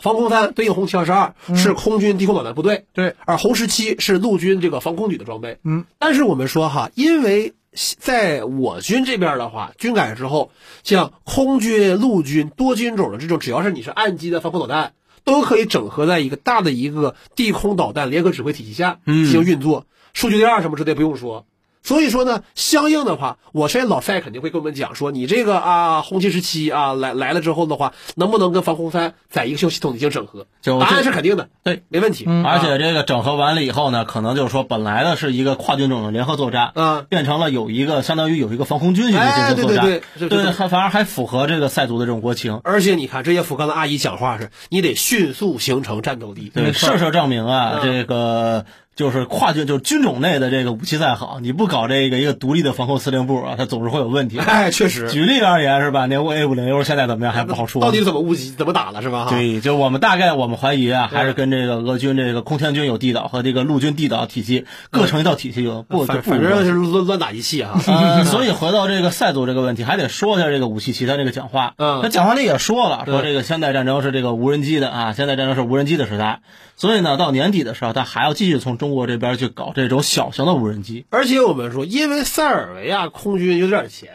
防空三对应红旗二十二，
嗯
是空军地空导弹部队，
对，
而红十七是陆军这个防空旅的装备。
嗯，
但是我们说哈，因为在我军这边的话，军改之后，像空军、陆军多军种的这种，只要是你是岸基的防空导弹，都可以整合在一个大的一个地空导弹联合指挥体系下
嗯
进行运作，数据链儿什么之类不用说。所以说呢，相应的话，我相信老蔡肯定会跟我们讲说，你这个啊，红旗十七啊来来了之后的话，能不能跟防空三在一个系统进行整合？
就
答
这
案是嗯啊肯定的，
对，
没问题。
嗯而且这个整合完了以后呢，可能就是说本来的是一个跨军种的联合作战，
嗯
变成了有一个相当于有一个防空军去进
哎
行
对
作
对
战，
对是嗯是是
还反而还符合这个塞族的这种国情，
而且你看，这些福冈的阿姨讲话是，你得迅速形成战斗力。
对，
错
事实证明啊，
嗯
这个就是跨军就是军种内的这个武器再好，你不搞这个一个独立的防空司令部啊，它总是会有问题。
哎，确实，
举例而言是吧？那 A 五零 U 现在怎么样还不好说呢，
到底怎么误击，怎么打了是吧？哈，
对，就我们大概我们怀疑啊，
对
还是跟这个俄军这个空天军有地导和这个陆军地导体系各成一套体系有不
反
不
反正是乱乱打一气 啊。
呃，所以回到这个塞族这个问题，还得说一下这个武契奇他这个讲话。
嗯
他讲话里也说了，说
对
这个现代战争是这个无人机的啊，现代战争是无人机的时代。所以呢，到年底的时候，他还要继续从中国这边去搞这种小型的无人机。
而且我们说，因为塞尔维亚空军有点钱，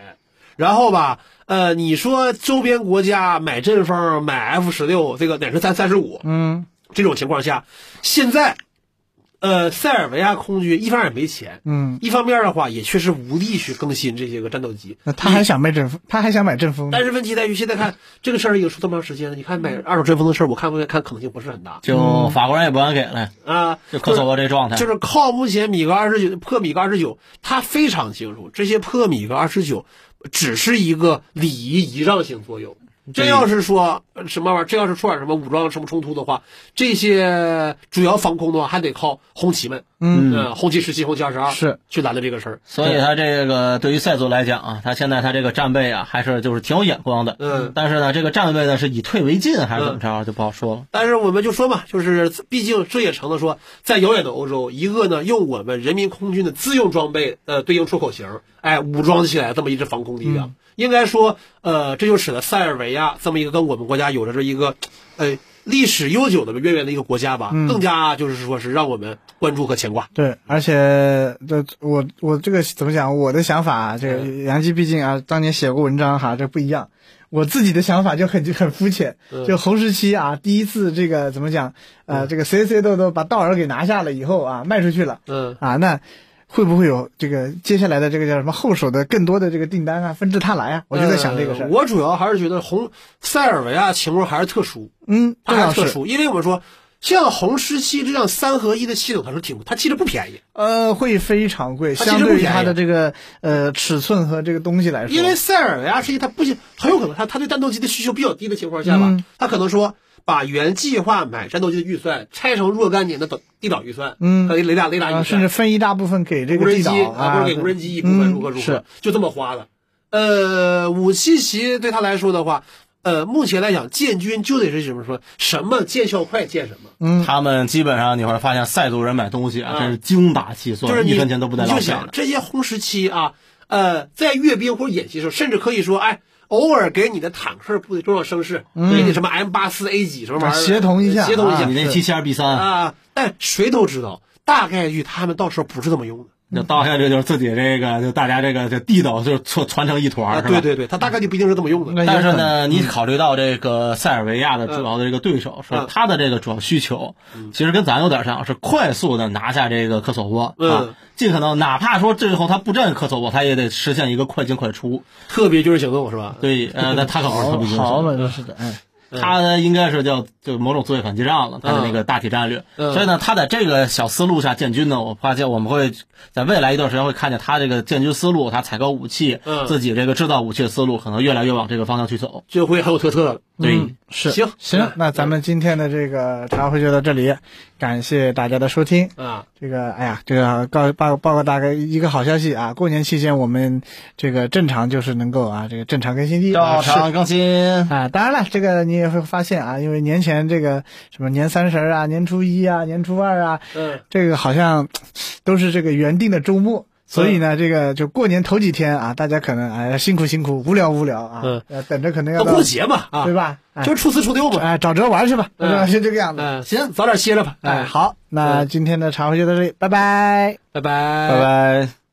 然后吧，呃，你说周边国家买阵风、买 F 十六，这个乃至三三十五
嗯，
这种情况下，现在，呃，塞尔维亚空军一方面也没钱，
嗯，
一方面的话也确实无力去更新这些个战斗机。
那他还想卖阵风，
嗯
他还想买阵风呢，
但是问题在于，现在看这个事儿已经出这么长时间了，你
嗯
看买二手阵风的事儿，我看不看可能性不是很大
就法国人也不敢给了，
啊。
就科索沃这
嗯
状态。
嗯就是靠目前米格二十九、破米格二十九，他非常清楚，这些破米格二十九只是一个礼仪仪仗性作用。真要是说呃什么玩意儿，真要是出点什么武装什么冲突的话，这些主要防空的话，还得靠红旗们，
嗯
呃，红旗十七、红旗二十二
是
去拦的这个事儿。
所以他这个对于塞族来讲啊，他现在他这个战备啊，还是就是挺有眼光的。
嗯
但是呢，这个战备呢是以退为进还是怎么着，就不好说了。
但是我们就说嘛，就是毕竟这也成了说，在遥远的欧洲，一个呢用我们人民空军的自用装备，呃，对应出口型，哎，武装起来这么一支防空力
嗯
量，应该说，呃，这就使得塞尔维亚这么一个跟我们国家有着这一个，呃，历史悠久的渊源的一个国家吧，
嗯
更加就是说是让我们关注和牵挂。
对，而且这我我这个怎么讲？我的想法啊，这个
嗯
杨基毕竟啊，当年写过文章哈，这不一样。我自己的想法就很就很肤浅，
嗯
就红十七啊，第一次这个怎么讲？呃，这个 C C 豆豆把道尔给拿下了以后啊，卖出去了
嗯，
啊，那会不会有这个接下来的这个叫什么后手的更多的这个订单啊，纷至沓来啊？我就在想这个事
呃
儿。
我主要还是觉得红塞尔维亚情况还是特殊，
嗯，
它
这
还
倒
是特
是。
殊，因为我们说。像红十七这样三合一的系统，它是挺，它其实不便宜。
呃，会非常贵，
它其实
相对于
不便宜
它的这个呃尺寸和这个东西来说，
因为塞尔维亚是一它不行，很有可能他他对战斗机的需求比较低的情况下吧，
嗯
他可能说把原计划买战斗机的预算拆成若干年的等地导预算，
嗯
和雷达雷达预
啊，
算，
甚至分一大部分给这
无
个
人
地
机啊
导
或者给无人机一部分
嗯
如何如何
是，
就这么花了。呃，武器旗对他来说的话，呃，目前来讲建军就得是什么说什么见效快见什么。
他们基本上你会发现塞族人买东西啊，
嗯
真是精打细算，
就是你
一分钱都不带
你就
浪费
想
的。
这些红十七啊，呃，在阅兵或者演习的时候，甚至可以说，哎，偶尔给你的坦克部队装上声势，给你什么 M 八四 A 几什么玩意儿，
嗯协同一下
协同一
啊
下
你那 T 七二 B 三啊，
啊。但谁都知道，大概率他们到时候不是这么用的。
就到下去就是自己这个，就大家这个就地道就是串传成一团，
啊，
是吧？
对对对，他大概率不一定是这么用的。
那
但是
也很，
呢，你考虑到这个塞尔维亚的主要的这个对手是
嗯
他的这个主要需求，其实跟咱有点像，是快速的拿下这个科索沃啊
嗯，
尽可能哪怕说最后他不占科索沃，他也得实现一个快进快出。
特别军事行动是吧？
对，呃，那他可不是特
好
别英
好
雄，
嘛，就是的，嗯，
他应该是叫就某种作业反击战了，他的那个大体战略。
嗯
所以呢，他在这个小思路下建军呢，我发现我们会在未来一段时间会看见他这个建军思路，他采购武器，
嗯
自己这个制造武器的思路，可能越来越往这个方向去走。
这回很有特色了。
对
嗯是
行
行
嗯，
那咱们今天的这个茶话会就到这里，感谢大家的收听。
啊，
这个，哎呀，这个告报报告大概一个好消息啊！过年期间我们这个正常就是能够啊，这个正常更新地啊
照
是
常更
哎
新，
啊，当然了，这个你也会发现啊，因为年前这个什么年三十儿啊、年初一啊、年初二啊，
嗯，
这个好像都是这个原定的周末，所以呢，这个就过年头几天啊，大家可能哎辛苦辛苦，无聊无聊啊，
嗯
呃等着可能要
要
到
过节嘛啊
对，吧？哎
就是初四初六嘛。
哎，找辙玩儿去吧，
嗯
是 吧？就这个样子。
嗯，行，早点歇着吧。
哎，，好，那
嗯
今天的茶会就到这里，拜拜，
拜拜，
拜。拜。